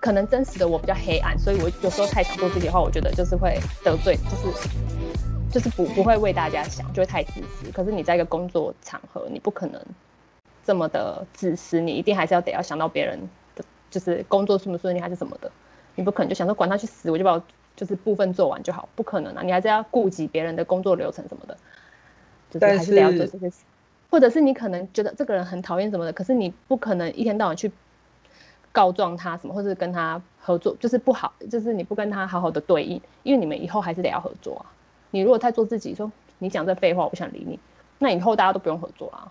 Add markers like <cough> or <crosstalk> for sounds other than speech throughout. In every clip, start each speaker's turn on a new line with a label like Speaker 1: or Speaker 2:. Speaker 1: 可能真实的我比较黑暗，所以我有时候太强做自己的话，我觉得就是会得罪，就是就是不不会为大家想，就会太自私。可是你在一个工作场合，你不可能这么的自私，你一定还是要得要想到别人的，就是工作顺不顺利还是什么的，你不可能就想说管他去死，我就把我就是部分做完就好，不可能啊！你还是要顾及别人的工作流程什么的，就是
Speaker 2: 但
Speaker 1: 还是得要
Speaker 2: 是
Speaker 1: 做这些事。或者是你可能觉得这个人很讨厌什么的，可是你不可能一天到晚去告状他什么，或者跟他合作，就是不好，就是你不跟他好好的对应，因为你们以后还是得要合作啊。你如果太做自己，说你讲这废话，我不想理你，那以后大家都不用合作啊。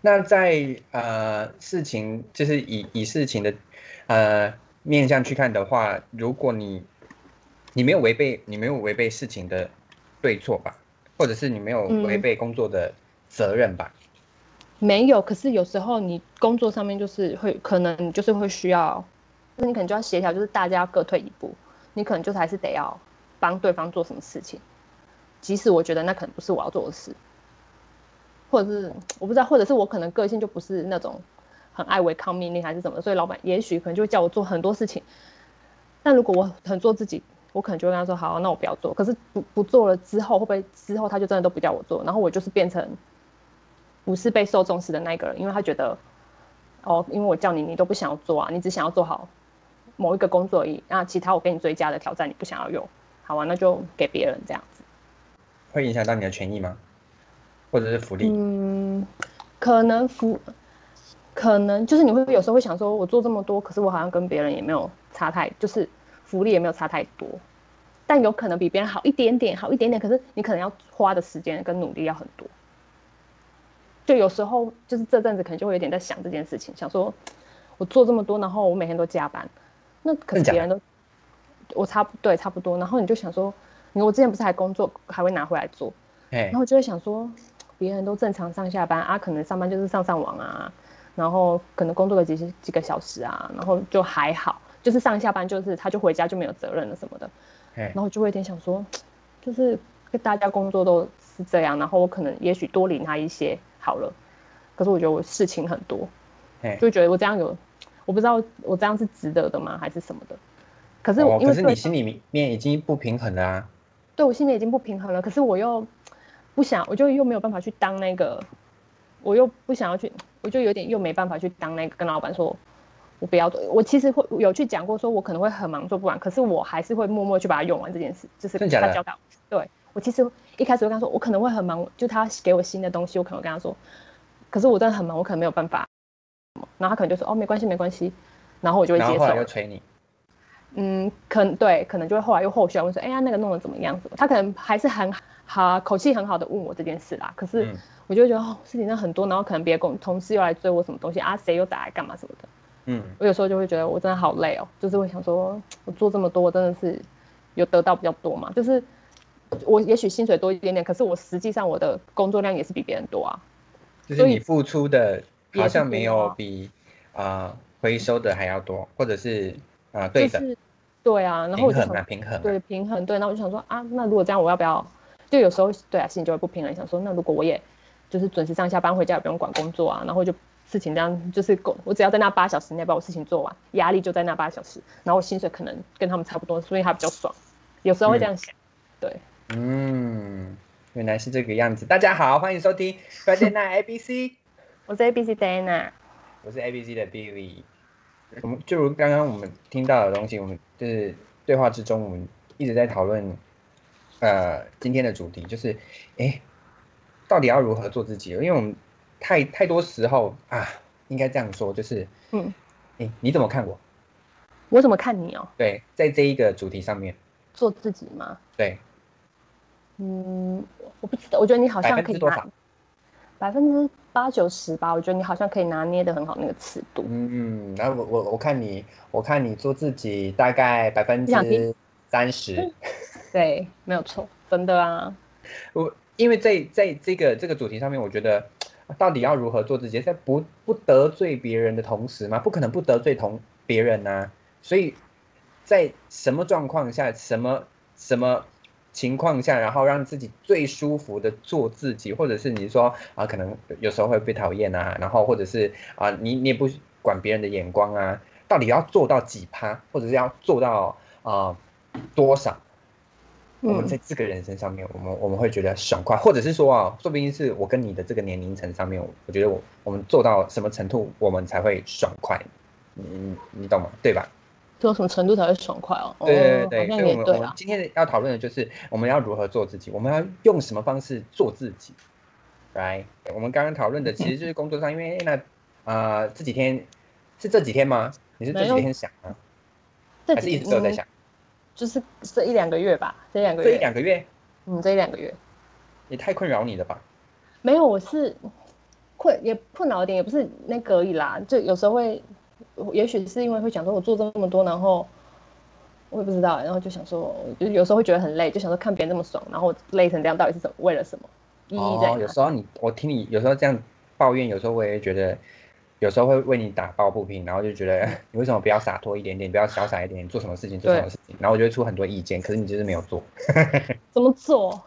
Speaker 2: 那在呃事情，就是以以事情的呃面向去看的话，如果你你没有违背，你没有违背事情的对错吧，或者是你没有
Speaker 1: 嗯
Speaker 2: 违背工作的责任吧，
Speaker 1: 没有，可是有时候你工作上面就是会，可能你就是会需要，就是你可能就要协调，就是大家各退一步，你可能就是还是得要帮对方做什么事情，即使我觉得那可能不是我要做的事，或者是我不知道，或者是我可能个性就不是那种很爱违抗命令还是什么，所以老板也许可能就会叫我做很多事情，但如果我很做自己，我可能就会跟他说好，那我不要做，可是不不做了之后，会不会之后他就真的都不叫我做，然后我就是变成。不是被受重视的那一个人，因为他觉得，哦，因为我叫你，你都不想要做啊，你只想要做好某一个工作而已，那其他我给你追加的挑战你不想要有，好啊，那就给别人这样子。
Speaker 2: 会影响到你的权益吗？或者是福利？
Speaker 1: 嗯，可能服，可能就是你会有时候会想说，我做这么多，可是我好像跟别人也没有差太，就是福利也没有差太多，但有可能比别人好一点点，好一点点，可是你可能要花的时间跟努力要很多。就有时候就是这阵子可能就会有点在想这件事情，想说我做这么多，然后我每天都加班，那可是
Speaker 2: 真假
Speaker 1: 别人都我差不对差不多，然后你就想说，你我之前不是还工作还会拿回来做，
Speaker 2: 哎、
Speaker 1: 嗯然后就会想说，别人都正常上下班啊，可能上班就是上上网啊，然后可能工作个几几个小时啊，然后就还好，就是上下班就是他就回家就没有责任了什么的，
Speaker 2: 哎、
Speaker 1: 然后就会有点想说，就是大家工作都是这样，然后我可能也许多领他一些好了，可是我觉得我事情很多，
Speaker 2: 哎
Speaker 1: 就觉得我这样有，我不知道我这样是值得的吗，还是什么的。可是我、
Speaker 2: 哦，
Speaker 1: 因
Speaker 2: 可
Speaker 1: 为
Speaker 2: 是
Speaker 1: 对
Speaker 2: 你心里面已经不平衡了啊。
Speaker 1: 对我心里已经不平衡了，可是我又不想，我就又没有办法去当那个，我又不想要去，我就有点又没办法去当那个跟老板说，我不要做。我其实会有去讲过，说我可能会很忙做不完，可是我还是会默默去把它用完这件事，就是
Speaker 2: 真假的
Speaker 1: 他交代我。对我其实一开始会跟他说，我可能会很忙，就他给我新的东西，我可能会跟他说，可是我真的很忙，我可能没有办法。然后他可能就说哦没关系没关系，然后我就会
Speaker 2: 然后
Speaker 1: 接受
Speaker 2: 后来
Speaker 1: 了
Speaker 2: 又。催你，
Speaker 1: 嗯，可能对，可能就会后来又后续来问说，哎呀，那个弄得怎么样？子？他可能还是很好，口气很好的问我这件事啦。可是
Speaker 2: 嗯
Speaker 1: 我就会觉得、哦，事情真的很多，然后可能别的工同事又来追我什么东西啊，谁又打来干嘛什么的。
Speaker 2: 嗯，
Speaker 1: 我有时候就会觉得我真的好累哦，就是会想说，我做这么多，我真的是有得到比较多嘛？就是我也许薪水多一点点，可是我实际上我的工作量也是比别人多啊。
Speaker 2: 就是
Speaker 1: 所以
Speaker 2: 你付出的
Speaker 1: 也
Speaker 2: 好
Speaker 1: 是
Speaker 2: 像
Speaker 1: 多
Speaker 2: 没有
Speaker 1: 啊
Speaker 2: 比啊回收的还要多，或者是啊对
Speaker 1: 就
Speaker 2: 的
Speaker 1: 是对啊，然后
Speaker 2: 平
Speaker 1: 我就
Speaker 2: 衡
Speaker 1: 想
Speaker 2: 啊平衡啊，
Speaker 1: 对平衡对，那我就想说啊，那如果这样我要不要？就有时候对啊，心里就会不平衡，想说那如果我也就是准时上下班回家也不用管工作啊，然后就事情这样就是够，我只要在那八小时内把我事情做完，压力就在那八小时，然后我薪水可能跟他们差不多，所以还比较爽。有时候会这样想，对，
Speaker 2: 嗯，原来是这个样子。大家好，欢迎收
Speaker 1: <laughs>
Speaker 2: 听 Friday Night ABC，
Speaker 1: 我是 A B C Dana，
Speaker 2: 我是 ABC 的 Billy。我们就如刚刚我们听到的东西，我们就是对话之中，我们一直在讨论，呃，今天的主题就是，哎、到底要如何做自己？因为我们太太多时候啊，应该这样说，就是，
Speaker 1: 嗯，
Speaker 2: 哎、你怎么看我？
Speaker 1: 我怎么看你哦？
Speaker 2: 对，在这一个主题上面，
Speaker 1: 做自己吗？
Speaker 2: 对，
Speaker 1: 嗯，我不知道，我觉得你好像
Speaker 2: 百
Speaker 1: 可
Speaker 2: 分
Speaker 1: 以
Speaker 2: 之多少
Speaker 1: 拿百分之八九十吧，我觉得你好像可以拿捏的很好那个尺度。
Speaker 2: 嗯，然后我我我看你，我看你做自己大概百分
Speaker 1: 想听
Speaker 2: 之三十。
Speaker 1: 对，没有错，真的啊。
Speaker 2: 我因为在在这个这个主题上面，我觉得到底要如何做自己，在不不得罪别人的同时嘛，不可能不得罪同别人呐、所以在什么状况下，什么什么情况下，然后让自己最舒服的做自己，或者是你说啊，可能有时候会被讨厌啊，然后或者是啊，你你也不管别人的眼光啊，到底要做到几趴，或者是要做到啊、呃多少？我
Speaker 1: 嗯
Speaker 2: 们在这个人生上面，我们我们会觉得爽快，或者是说啊，说不定是我跟你的这个年龄层上面，我我觉得我我们做到什么程度，我们才会爽快，你你你懂吗？对吧？
Speaker 1: 做到什么程度才会爽快哦？
Speaker 2: 对
Speaker 1: 哦
Speaker 2: 对对，
Speaker 1: 好像
Speaker 2: 所以我
Speaker 1: 也
Speaker 2: 们
Speaker 1: 对
Speaker 2: 我们
Speaker 1: 啦。
Speaker 2: 今天要讨论的就是我们要如何做自己，我们要用什么方式做自己。来，我们刚刚讨论的其实就是工作上，因为那呃这几天是这几天吗？你是这几
Speaker 1: 没
Speaker 2: 天想啊，
Speaker 1: 这
Speaker 2: 还是
Speaker 1: 几
Speaker 2: 一直都有在
Speaker 1: 嗯
Speaker 2: 想？
Speaker 1: 就是这一两个月吧，这一两个
Speaker 2: 这一
Speaker 1: 月，
Speaker 2: 两个月
Speaker 1: 嗯，这一两个月
Speaker 2: 也太困扰你了吧？
Speaker 1: 没有，我是困也困扰一点，也不是那个而已啦，就有时候会，也许是因为会想说我做这么多，然后我也不知道，欸然后就想说，就有时候会觉得很累，就想说看别人那么爽，然后我累成这样，到底是怎么为了什么意义在
Speaker 2: 哦，
Speaker 1: 哪？
Speaker 2: 有时候你我听你有时候这样抱怨，有时候我也觉得，有时候会为你打抱不平，然后就觉得 <laughs> 你为什么不要洒脱一点点，不要潇洒一点点，做什么事情做什么
Speaker 1: 对
Speaker 2: 事情，然后我就会出很多意见，可是你就是没有做。
Speaker 1: 怎么做？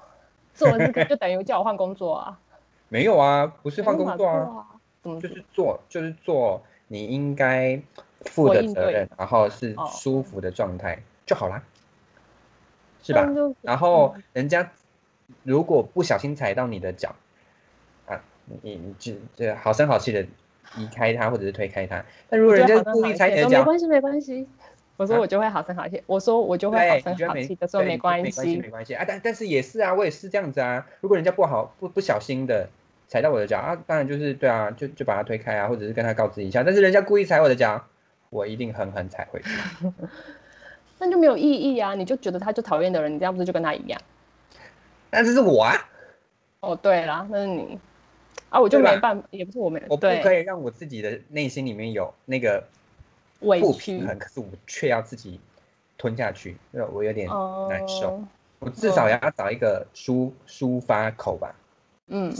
Speaker 1: 做了这个就等于叫我换工作啊？
Speaker 2: 没有啊，不是换工作
Speaker 1: 没办法
Speaker 2: 啊，
Speaker 1: 做啊？怎么
Speaker 2: 就
Speaker 1: 做？
Speaker 2: 是做，就是做你应该负
Speaker 1: 我
Speaker 2: 的
Speaker 1: 应
Speaker 2: 责
Speaker 1: 对
Speaker 2: 任
Speaker 1: 的，
Speaker 2: 然后是
Speaker 1: 哦
Speaker 2: 舒服的状态就好啦，是吧
Speaker 1: 但？就嗯
Speaker 2: 然后人家如果不小心踩到你的脚，啊，你你就就好声好气的移开他，或者是推开他。但如果
Speaker 1: 我
Speaker 2: 人
Speaker 1: 就
Speaker 2: 家
Speaker 1: 会好声
Speaker 2: 故
Speaker 1: 好
Speaker 2: 意
Speaker 1: 气
Speaker 2: 踩
Speaker 1: 地
Speaker 2: 你的
Speaker 1: 说没
Speaker 2: 脚，
Speaker 1: 关系，没关系。我说
Speaker 2: 啊
Speaker 1: 我就会好声好气，我说我就会好
Speaker 2: 对，你
Speaker 1: 声
Speaker 2: 觉得
Speaker 1: 好
Speaker 2: 没
Speaker 1: 气的说
Speaker 2: 对
Speaker 1: 没
Speaker 2: 你觉得没
Speaker 1: 关
Speaker 2: 关系，
Speaker 1: 系
Speaker 2: 没，关系啊。但但是也是啊，我也是这样子啊。如果人家不好不不小心的踩到我的脚啊，当然就是对啊，就就把他推开啊，或者是跟他告知一下。但是人家故意踩我的脚，我一定狠狠踩回去。
Speaker 1: 那就没有意义啊！你就觉得他就讨厌的人，你这样不是就跟他一样？
Speaker 2: 但这是我啊，
Speaker 1: 哦，对啦，那是你啊，我就
Speaker 2: 对吧
Speaker 1: 没办法，也不是我没
Speaker 2: 我不可
Speaker 1: 对
Speaker 2: 以让我自己的内心里面有那个
Speaker 1: 委
Speaker 2: 不
Speaker 1: 屈
Speaker 2: 平衡，可是我却要自己吞下去，那我有点
Speaker 1: 哦，
Speaker 2: 难受。我至少要找一个抒抒发口吧。
Speaker 1: 嗯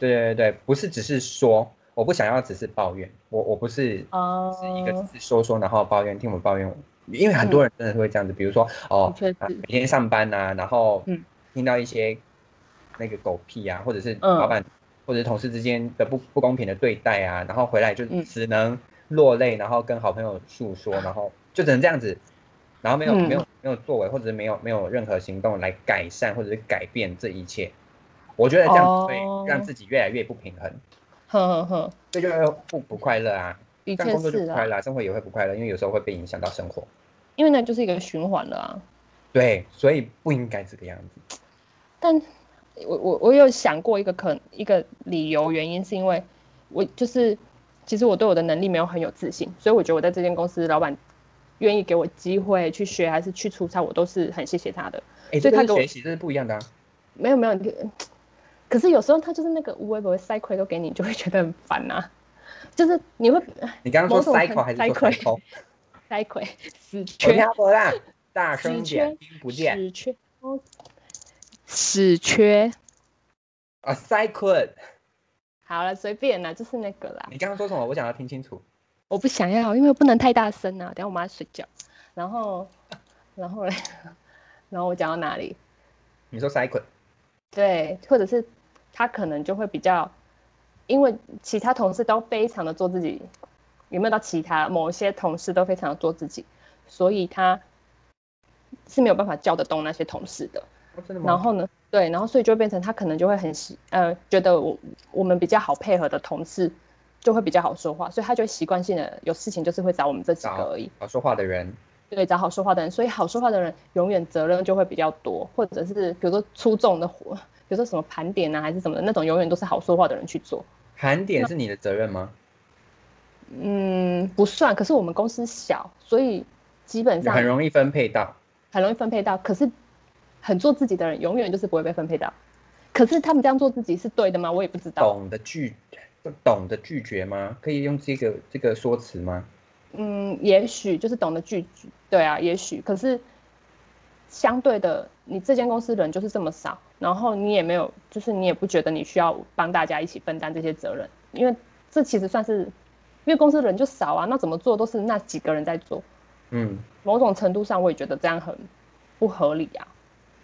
Speaker 2: 对对对，不是只是说，我不想要只是抱怨，我我不是
Speaker 1: 哦，
Speaker 2: 是一个只是说说，然后抱怨，听我抱怨。因为很多人真的会这样子，比如说
Speaker 1: 嗯
Speaker 2: 哦
Speaker 1: 的确，
Speaker 2: 啊
Speaker 1: 是
Speaker 2: 每天上班呐、然后
Speaker 1: 嗯
Speaker 2: 听到一些那个狗屁啊，或者是
Speaker 1: 嗯
Speaker 2: 老板、或者是同事之间的不不公平的对待啊，然后回来就
Speaker 1: 嗯
Speaker 2: 只能落泪，然后跟好朋友诉说，然后就只能这样子，然后没有、
Speaker 1: 嗯
Speaker 2: 没有没有作为，或者是没有没有任何行动来改善或者是改变这一切。我觉得这样子会
Speaker 1: 哦
Speaker 2: 让自己越来越不平衡，
Speaker 1: 哼哼哼，
Speaker 2: 这就会不不快乐啊。
Speaker 1: 的
Speaker 2: 但工作
Speaker 1: 确啊
Speaker 2: 就是不快
Speaker 1: 啦，
Speaker 2: 乐、啊生活也会不快乐，因为有时候会被影响到生活。
Speaker 1: 因为那就是一个循环了啊。
Speaker 2: 对，所以不应该这个样子。
Speaker 1: 但我我我有想过一个可一个理由，原因是因为我就是其实我对我的能力没有很有自信，所以我觉得我在这间公司老板愿意给我机会去学还是去出差，我都是很谢谢他的。
Speaker 2: 哎，
Speaker 1: 所以
Speaker 2: 这
Speaker 1: 他
Speaker 2: 跟
Speaker 1: 给我
Speaker 2: 学习这是不一样的啊。
Speaker 1: 没有没有，你可是有时候他就是那个无微不微塞亏都给你，你就会觉得很烦呐、就是你会
Speaker 2: 你刚刚说
Speaker 1: 某种程
Speaker 2: cycle 还是
Speaker 1: 塞
Speaker 2: 说
Speaker 1: 亏
Speaker 2: cycle？
Speaker 1: 塞亏死
Speaker 2: 我
Speaker 1: 缺
Speaker 2: 听不啦，大
Speaker 1: 死
Speaker 2: 声
Speaker 1: 缺
Speaker 2: 点，听不见
Speaker 1: 死缺哦死缺，
Speaker 2: 啊，cycle。
Speaker 1: 好了随便啦，就是那个啦。
Speaker 2: 你刚刚说什么？我想要听清楚。
Speaker 1: 我不想要，因为不能太大声啊，等下我妈睡觉。然后，然后嘞， <laughs> 然后我讲到哪里？
Speaker 2: 你说 cycle，
Speaker 1: 对，或者是他可能就会比较，因为其他同事都非常的做自己，有没有到其他某些同事都非常的做自己，所以他是没有办法叫得动那些同事的。
Speaker 2: 哦真的吗？
Speaker 1: 然后呢，对，然后所以就变成他可能就会很习呃，觉得我我们比较好配合的同事就会比较好说话，所以他就会习惯性的有事情就是会找我们这几
Speaker 2: 找
Speaker 1: 个而已，
Speaker 2: 哦好说话的人，
Speaker 1: 对，找好说话的人，所以好说话的人永远责任就会比较多，或者是比如说出众的活， <laughs> 比如说什么盘点啊还是什么的那种，永远都是好说话的人去做。
Speaker 2: 盘点是你的责任吗？
Speaker 1: 嗯，不算，可是我们公司小，所以基本
Speaker 2: 你
Speaker 1: 上
Speaker 2: 很容易分配到。
Speaker 1: 很容易分配到，可是很做自己的人永远就是不会被分配到。可是他们这样做自己是对的吗？我也不知道。
Speaker 2: 懂得拒，懂得拒绝吗？可以用这个这个说辞吗？
Speaker 1: 嗯，也许就是懂得拒绝，对啊，也许。可是相对的，你这间公司人就是这么少，然后你也没有，就是你也不觉得你需要帮大家一起分担这些责任，因为这其实算是，因为公司人就少啊，那怎么做都是那几个人在做。
Speaker 2: 嗯，
Speaker 1: 某种程度上，我也觉得这样很不合理啊，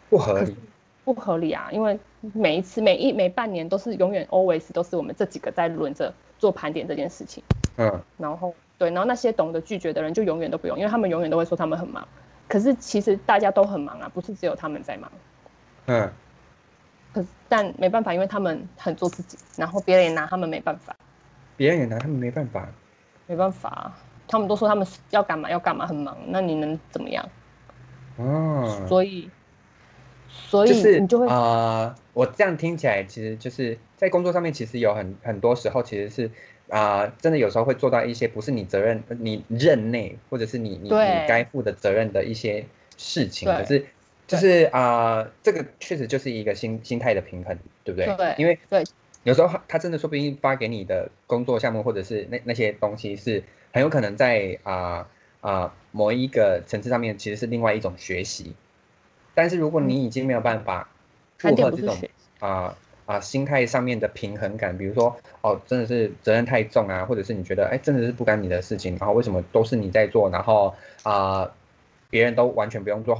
Speaker 2: 不合理。
Speaker 1: 不合理啊，因为每一次、每一每半年都是永远 always 都是我们这几个在轮着做盘点这件事情。
Speaker 2: 嗯，
Speaker 1: 然后对，然后那些懂得拒绝的人就永远都不用，因为他们永远都会说他们很忙。可是其实大家都很忙啊，不是只有他们在忙。
Speaker 2: 嗯，
Speaker 1: 可是但没办法，因为他们很做自己，然后别人也拿他们没办法，
Speaker 2: 别人也拿他们没办法。
Speaker 1: 没办法啊、他们都说他们要干嘛要干嘛很忙，那你能怎么样？
Speaker 2: 哦，
Speaker 1: 所以，所以
Speaker 2: 就是
Speaker 1: 你就会、
Speaker 2: 啊、我这样听起来，其实就是在工作上面，其实有很很多时候其实是啊、真的有时候会做到一些不是你责任、你任内或者是你你你
Speaker 1: 对
Speaker 2: 该负的责任的一些事情，
Speaker 1: 对
Speaker 2: 可是。就是啊、这个确实就是一个心心态的平衡，对不对？
Speaker 1: 对
Speaker 2: 因为
Speaker 1: 对
Speaker 2: 有时候他他真的说不定发给你的工作项目或者是那那些东西是很有可能在啊啊、某一个层次上面其实是另外一种学习，但是如果你已经没有办法
Speaker 1: 还
Speaker 2: 负
Speaker 1: 嗯点
Speaker 2: 荷
Speaker 1: 不
Speaker 2: 这
Speaker 1: 是
Speaker 2: 种
Speaker 1: 学，
Speaker 2: 啊啊心态上面的平衡感，比如说哦真的是责任太重啊，或者是你觉得哎真的是不干你的事情，然后为什么都是你在做，然后啊、别人都完全不用做，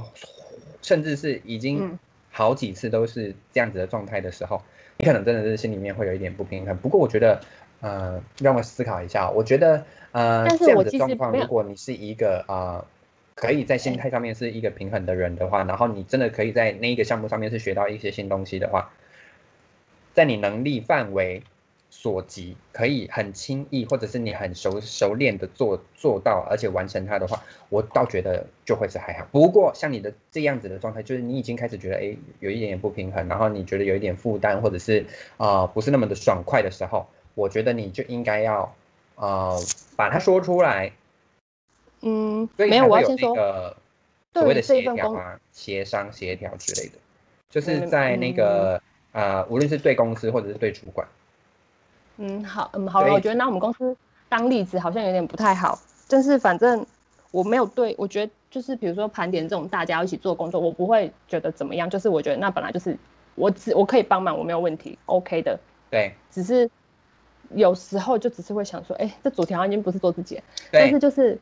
Speaker 2: 甚至是已经
Speaker 1: 嗯
Speaker 2: 好几次都是这样子的状态的时候，你可能真的是心里面会有一点不平衡。不过我觉得，呃，让我思考一下，哦我觉得呃
Speaker 1: 但是
Speaker 2: 这样
Speaker 1: 我
Speaker 2: 子
Speaker 1: 其
Speaker 2: 的
Speaker 1: 实
Speaker 2: 状况，
Speaker 1: 没有
Speaker 2: 如果你是一个啊。呃可以在心态上面是一个平衡的人的话，然后你真的可以在那一个项目上面是学到一些新东西的话，在你能力范围所及，可以很轻易或者是你很熟熟练的做做到，而且完成它的话，我倒觉得就会是还好。不过像你的这样子的状态，就是你已经开始觉得诶有一点点不平衡，然后你觉得有一点负担，或者是啊、呃不是那么的爽快的时候，我觉得你就应该要呃把它说出来，
Speaker 1: 嗯，
Speaker 2: 所以
Speaker 1: 没有，
Speaker 2: 才会
Speaker 1: 我要先
Speaker 2: 那
Speaker 1: 说，
Speaker 2: 个所
Speaker 1: 对
Speaker 2: 谓的
Speaker 1: 于这
Speaker 2: 协
Speaker 1: 一份
Speaker 2: 调
Speaker 1: 工，嗯
Speaker 2: 啊、协商、协调之类的，就
Speaker 1: 没
Speaker 2: 是
Speaker 1: 没
Speaker 2: 在那个呃无论是对公司或者是对主管。
Speaker 1: 嗯，好，嗯，好
Speaker 2: 所
Speaker 1: 了，
Speaker 2: 以
Speaker 1: 我觉得拿我们公司当例子好像有点不太好，但是反正我没有对，我觉得就是比如说盘点这种大家一起做工作，我不会觉得怎么样，就是我觉得那本来就是我只我可以帮忙，我没有问题，OK 的，
Speaker 2: 对
Speaker 1: 只是有时候就只是会想说，哎、这主题好像已经不是做自己了，但
Speaker 2: 对
Speaker 1: 是就是，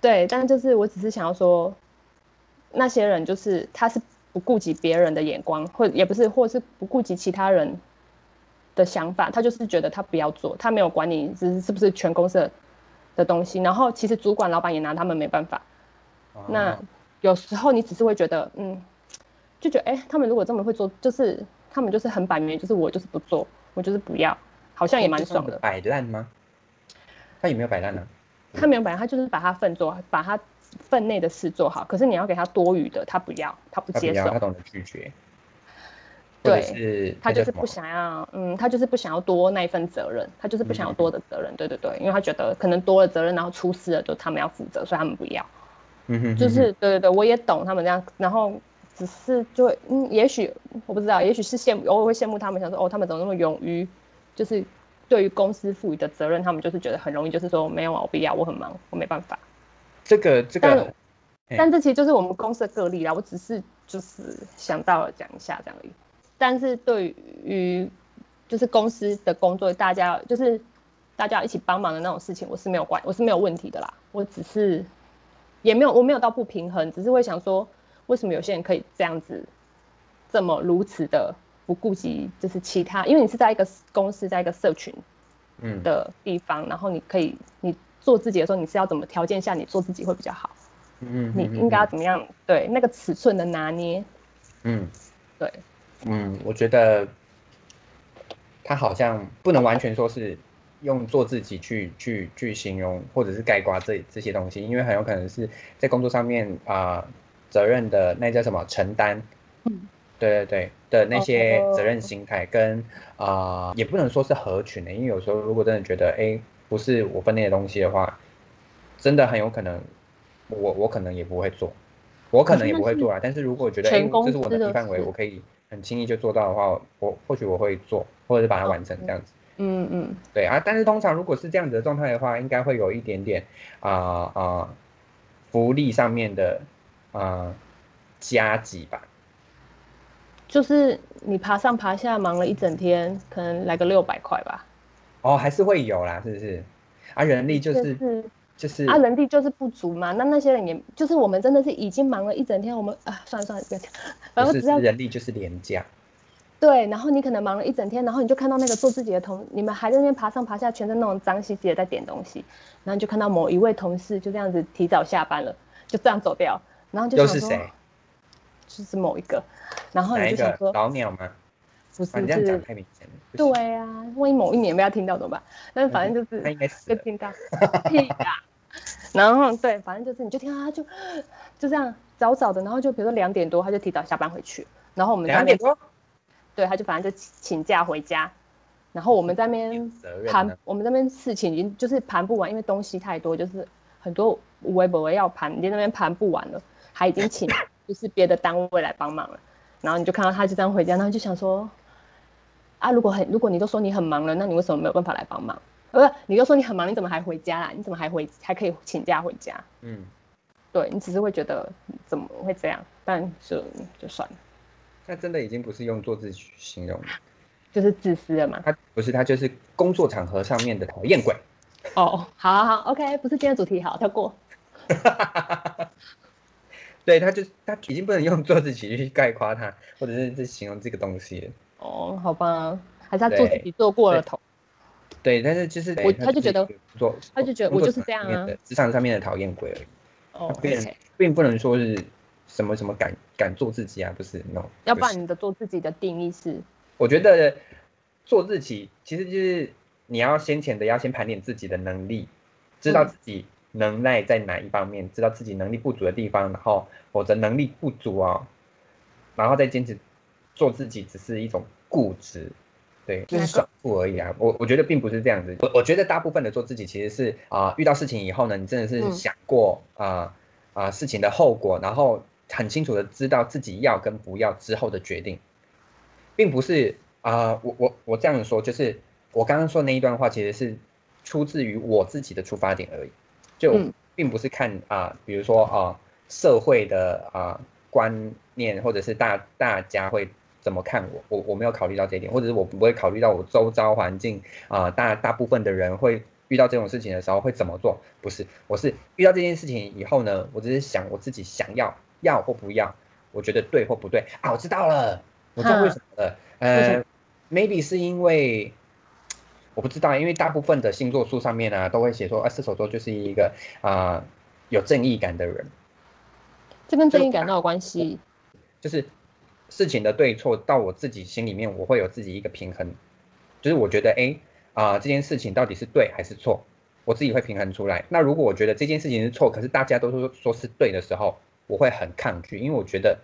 Speaker 1: 对，但就是我只是想要说，那些人就是他是不顾及别人的眼光，或也不是，或是不顾及其他人的想法，他就是觉得他不要做，他没有管你是是不是全公司的的东西。然后其实主管、老板也拿他们没办法。
Speaker 2: 啊
Speaker 1: 那有时候你只是会觉得，嗯，就觉得哎、诶他们如果这么会做，就是他们就是很摆明，就是我就是不做，我就是不要，好像也
Speaker 2: 哦
Speaker 1: 蛮爽的。
Speaker 2: 摆烂吗？他有没有摆烂呢？
Speaker 1: 他没有摆烂，他就是把他份做，把他份内的事做好。可是你要给他多余的，他不要，他不
Speaker 2: 他不
Speaker 1: 接
Speaker 2: 要，
Speaker 1: 受
Speaker 2: 他，懂得拒绝。
Speaker 1: 对
Speaker 2: 或者是
Speaker 1: 他就
Speaker 2: 叫
Speaker 1: 是
Speaker 2: 什么
Speaker 1: 不想要，嗯，他就是不想要多那一份责任，他就是不想要多的
Speaker 2: 嗯
Speaker 1: 责任，对对对，因为他觉得可能多了责任，然后出事了就他们要负责，所以他们不要。
Speaker 2: 嗯哼，
Speaker 1: 就是对对对，我也懂他们这样，然后只是就会嗯，也许我不知道，也许是羡慕，偶尔会羡慕他们，想说哦，他们怎么那么勇于，就是对于公司赋予的责任，他们就是觉得很容易，就是说没有啊，我不要，我很忙，我没办法。
Speaker 2: 这个这个
Speaker 1: 但
Speaker 2: 嘿
Speaker 1: 但这其实就是我们公司的个例啦，我只是就是想到了讲一下这样而已。但是对于就是公司的工作，大家就是大家一起帮忙的那种事情，我是没有关，我是没有问题的啦。我只是也没有我没有到不平衡，只是会想说，为什么有些人可以这样子这么如此的不顾及就是其他，因为你是在一个公司，在一个社群
Speaker 2: 嗯，
Speaker 1: 的地方，然后你可以你做自己的时候，你是要怎么条件下你做自己会比较好。
Speaker 2: 嗯
Speaker 1: 你应该要怎么样？对，那个尺寸的拿捏，
Speaker 2: 嗯
Speaker 1: 对，
Speaker 2: 嗯，我觉得他好像不能完全说是用做自己去去去形容或者是概括这这些东西，因为很有可能是在工作上面啊、责任的那叫什么承担，
Speaker 1: 嗯，
Speaker 2: 对对对的那些
Speaker 1: 哦
Speaker 2: 责任心态跟啊、也不能说是合群欸的，因为有时候如果真的觉得哎不是我分内的东西的话，真的很有可能我我可能也不会做，我可能也不会做啊。但是如果我觉得哎
Speaker 1: 全公
Speaker 2: 这是我
Speaker 1: 司
Speaker 2: 能力
Speaker 1: 的
Speaker 2: 范围，
Speaker 1: 事
Speaker 2: 我可以很轻易就做到的话，我或许我会做，或者是把它完成这样子。
Speaker 1: 嗯嗯，
Speaker 2: 对啊，但是通常如果是这样子的状态的话，应该会有一点点啊啊、福利上面的啊、加急吧。
Speaker 1: 就是你爬上爬下忙了一整天，可能来个六百块吧。
Speaker 2: 哦，还是会有啦，是不是？啊，人力就是就是
Speaker 1: 啊，人力就是不足嘛。那那些人也就是我们真的是已经忙了一整天，我们啊，算了算了，不要讲，反
Speaker 2: 不
Speaker 1: 正
Speaker 2: 是
Speaker 1: 只要
Speaker 2: 人力就是廉价，
Speaker 1: 对，然后你可能忙了一整天，然后你就看到那个做自己的同，你们还在那边爬上爬下，全身那种脏兮兮的在点东西，然后你就看到某一位同事就这样子提早下班了，就这样走掉，然后就
Speaker 2: 又
Speaker 1: 想
Speaker 2: 是
Speaker 1: 说，
Speaker 2: 谁？
Speaker 1: 就是某一个，然后
Speaker 2: 哪
Speaker 1: 你
Speaker 2: 一
Speaker 1: 就想
Speaker 2: 个
Speaker 1: 说，
Speaker 2: 老鸟吗？
Speaker 1: 不
Speaker 2: 啊，
Speaker 1: 是
Speaker 2: 你这样讲
Speaker 1: 是，
Speaker 2: 太明显了。不行，
Speaker 1: 对啊，万一某一年被他听到怎么办？但是反正就是
Speaker 2: 他应该嗯死
Speaker 1: 就
Speaker 2: 了。
Speaker 1: 听到， <laughs> 屁呀、然后对，反正就是你就听到他就 <gasps> 就这样早早的，然后就比如说两点多他就提早下班回去，然后我们在那
Speaker 2: 两
Speaker 1: 边
Speaker 2: 点多，
Speaker 1: 对，他就反正就请请假回家，然后我们在那
Speaker 2: 有
Speaker 1: 边
Speaker 2: 责任呢
Speaker 1: 盘，。我们这边事情已经就是盘不完，因为东西太多，就是很多无微不微要盘，你在那边盘不完了，还已经请 <coughs> 就是别的单位来帮忙了，然后你就看到他就这样回家，然后就想说，啊，如果很如果你都说你很忙了，那你为什么没有办法来帮忙？呃，不，你都说你很忙，你怎么还回家啊啦？你怎么还回还可以请假回家？
Speaker 2: 嗯，
Speaker 1: 对你只是会觉得怎么会这样，但就就算了，
Speaker 2: 那真的已经不是用做自己形容了，
Speaker 1: 就是自私了嘛。
Speaker 2: 他不是他就是工作场合上面的讨厌鬼。 <laughs>
Speaker 1: 哦，好好好，OK，不是今天的主题，好跳过。
Speaker 2: 对他就是他已经不能用做自己去概括他，或者是去形容这个东西了。
Speaker 1: 哦，好吧，还是他做自己做过了头，
Speaker 2: 对，但是就是
Speaker 1: 我
Speaker 2: 对
Speaker 1: 他就
Speaker 2: 就
Speaker 1: 觉
Speaker 2: 是
Speaker 1: 得
Speaker 2: 一个做，
Speaker 1: 他就觉得
Speaker 2: 工作
Speaker 1: 我就是这样啊
Speaker 2: 场上面的职场上面的讨厌鬼而已，
Speaker 1: 哦
Speaker 2: 他变
Speaker 1: OK
Speaker 2: 并不能说是什么什么敢敢做自己啊，不是 no，
Speaker 1: 要不
Speaker 2: 是
Speaker 1: 然你的做自己的定义是，
Speaker 2: 我觉得做自己其实就是你要先前的要先盘点自己的能力，知道
Speaker 1: 嗯
Speaker 2: 自己能耐在哪一方面，知道自己能力不足的地方，然后否则能力不足啊、然后再坚持做自己，只是一种固执，对，就是
Speaker 1: 哪个
Speaker 2: 爽度而已啊。我我觉得并不是这样子，我我觉得大部分的做自己其实是啊、遇到事情以后呢，你真的是
Speaker 1: 嗯
Speaker 2: 想过啊啊、事情的后果，然后很清楚的知道自己要跟不要之后的决定，并不是啊、我我我这样说，就是我刚刚说那一段话，其实是出自于我自己的出发点而已，就
Speaker 1: 嗯
Speaker 2: 并不是看啊、比如说啊、社会的啊、观念，或者是大大家会怎么看我，我我没有考虑到这一点，或者是我不会考虑到我周遭环境啊、大大部分的人会遇到这种事情的时候会怎么做，不是，我是遇到这件事情以后呢，我只是想我自己想要要或不要，我觉得对或不对啊，我知道了，我知道为什么了，
Speaker 1: 为什
Speaker 2: 呃，maybe 是因为。我不知道，因为大部分的星座书上面呢、都会写说，啊，射手座就是一个啊、有正义感的人，
Speaker 1: 这跟正义感都有关系。
Speaker 2: 就是事情的对错，到我自己心里面，我会有自己一个平衡，就是我觉得，哎、啊、这件事情到底是对还是错，我自己会平衡出来。那如果我觉得这件事情是错，可是大家都说说是对的时候，我会很抗拒，因为我觉得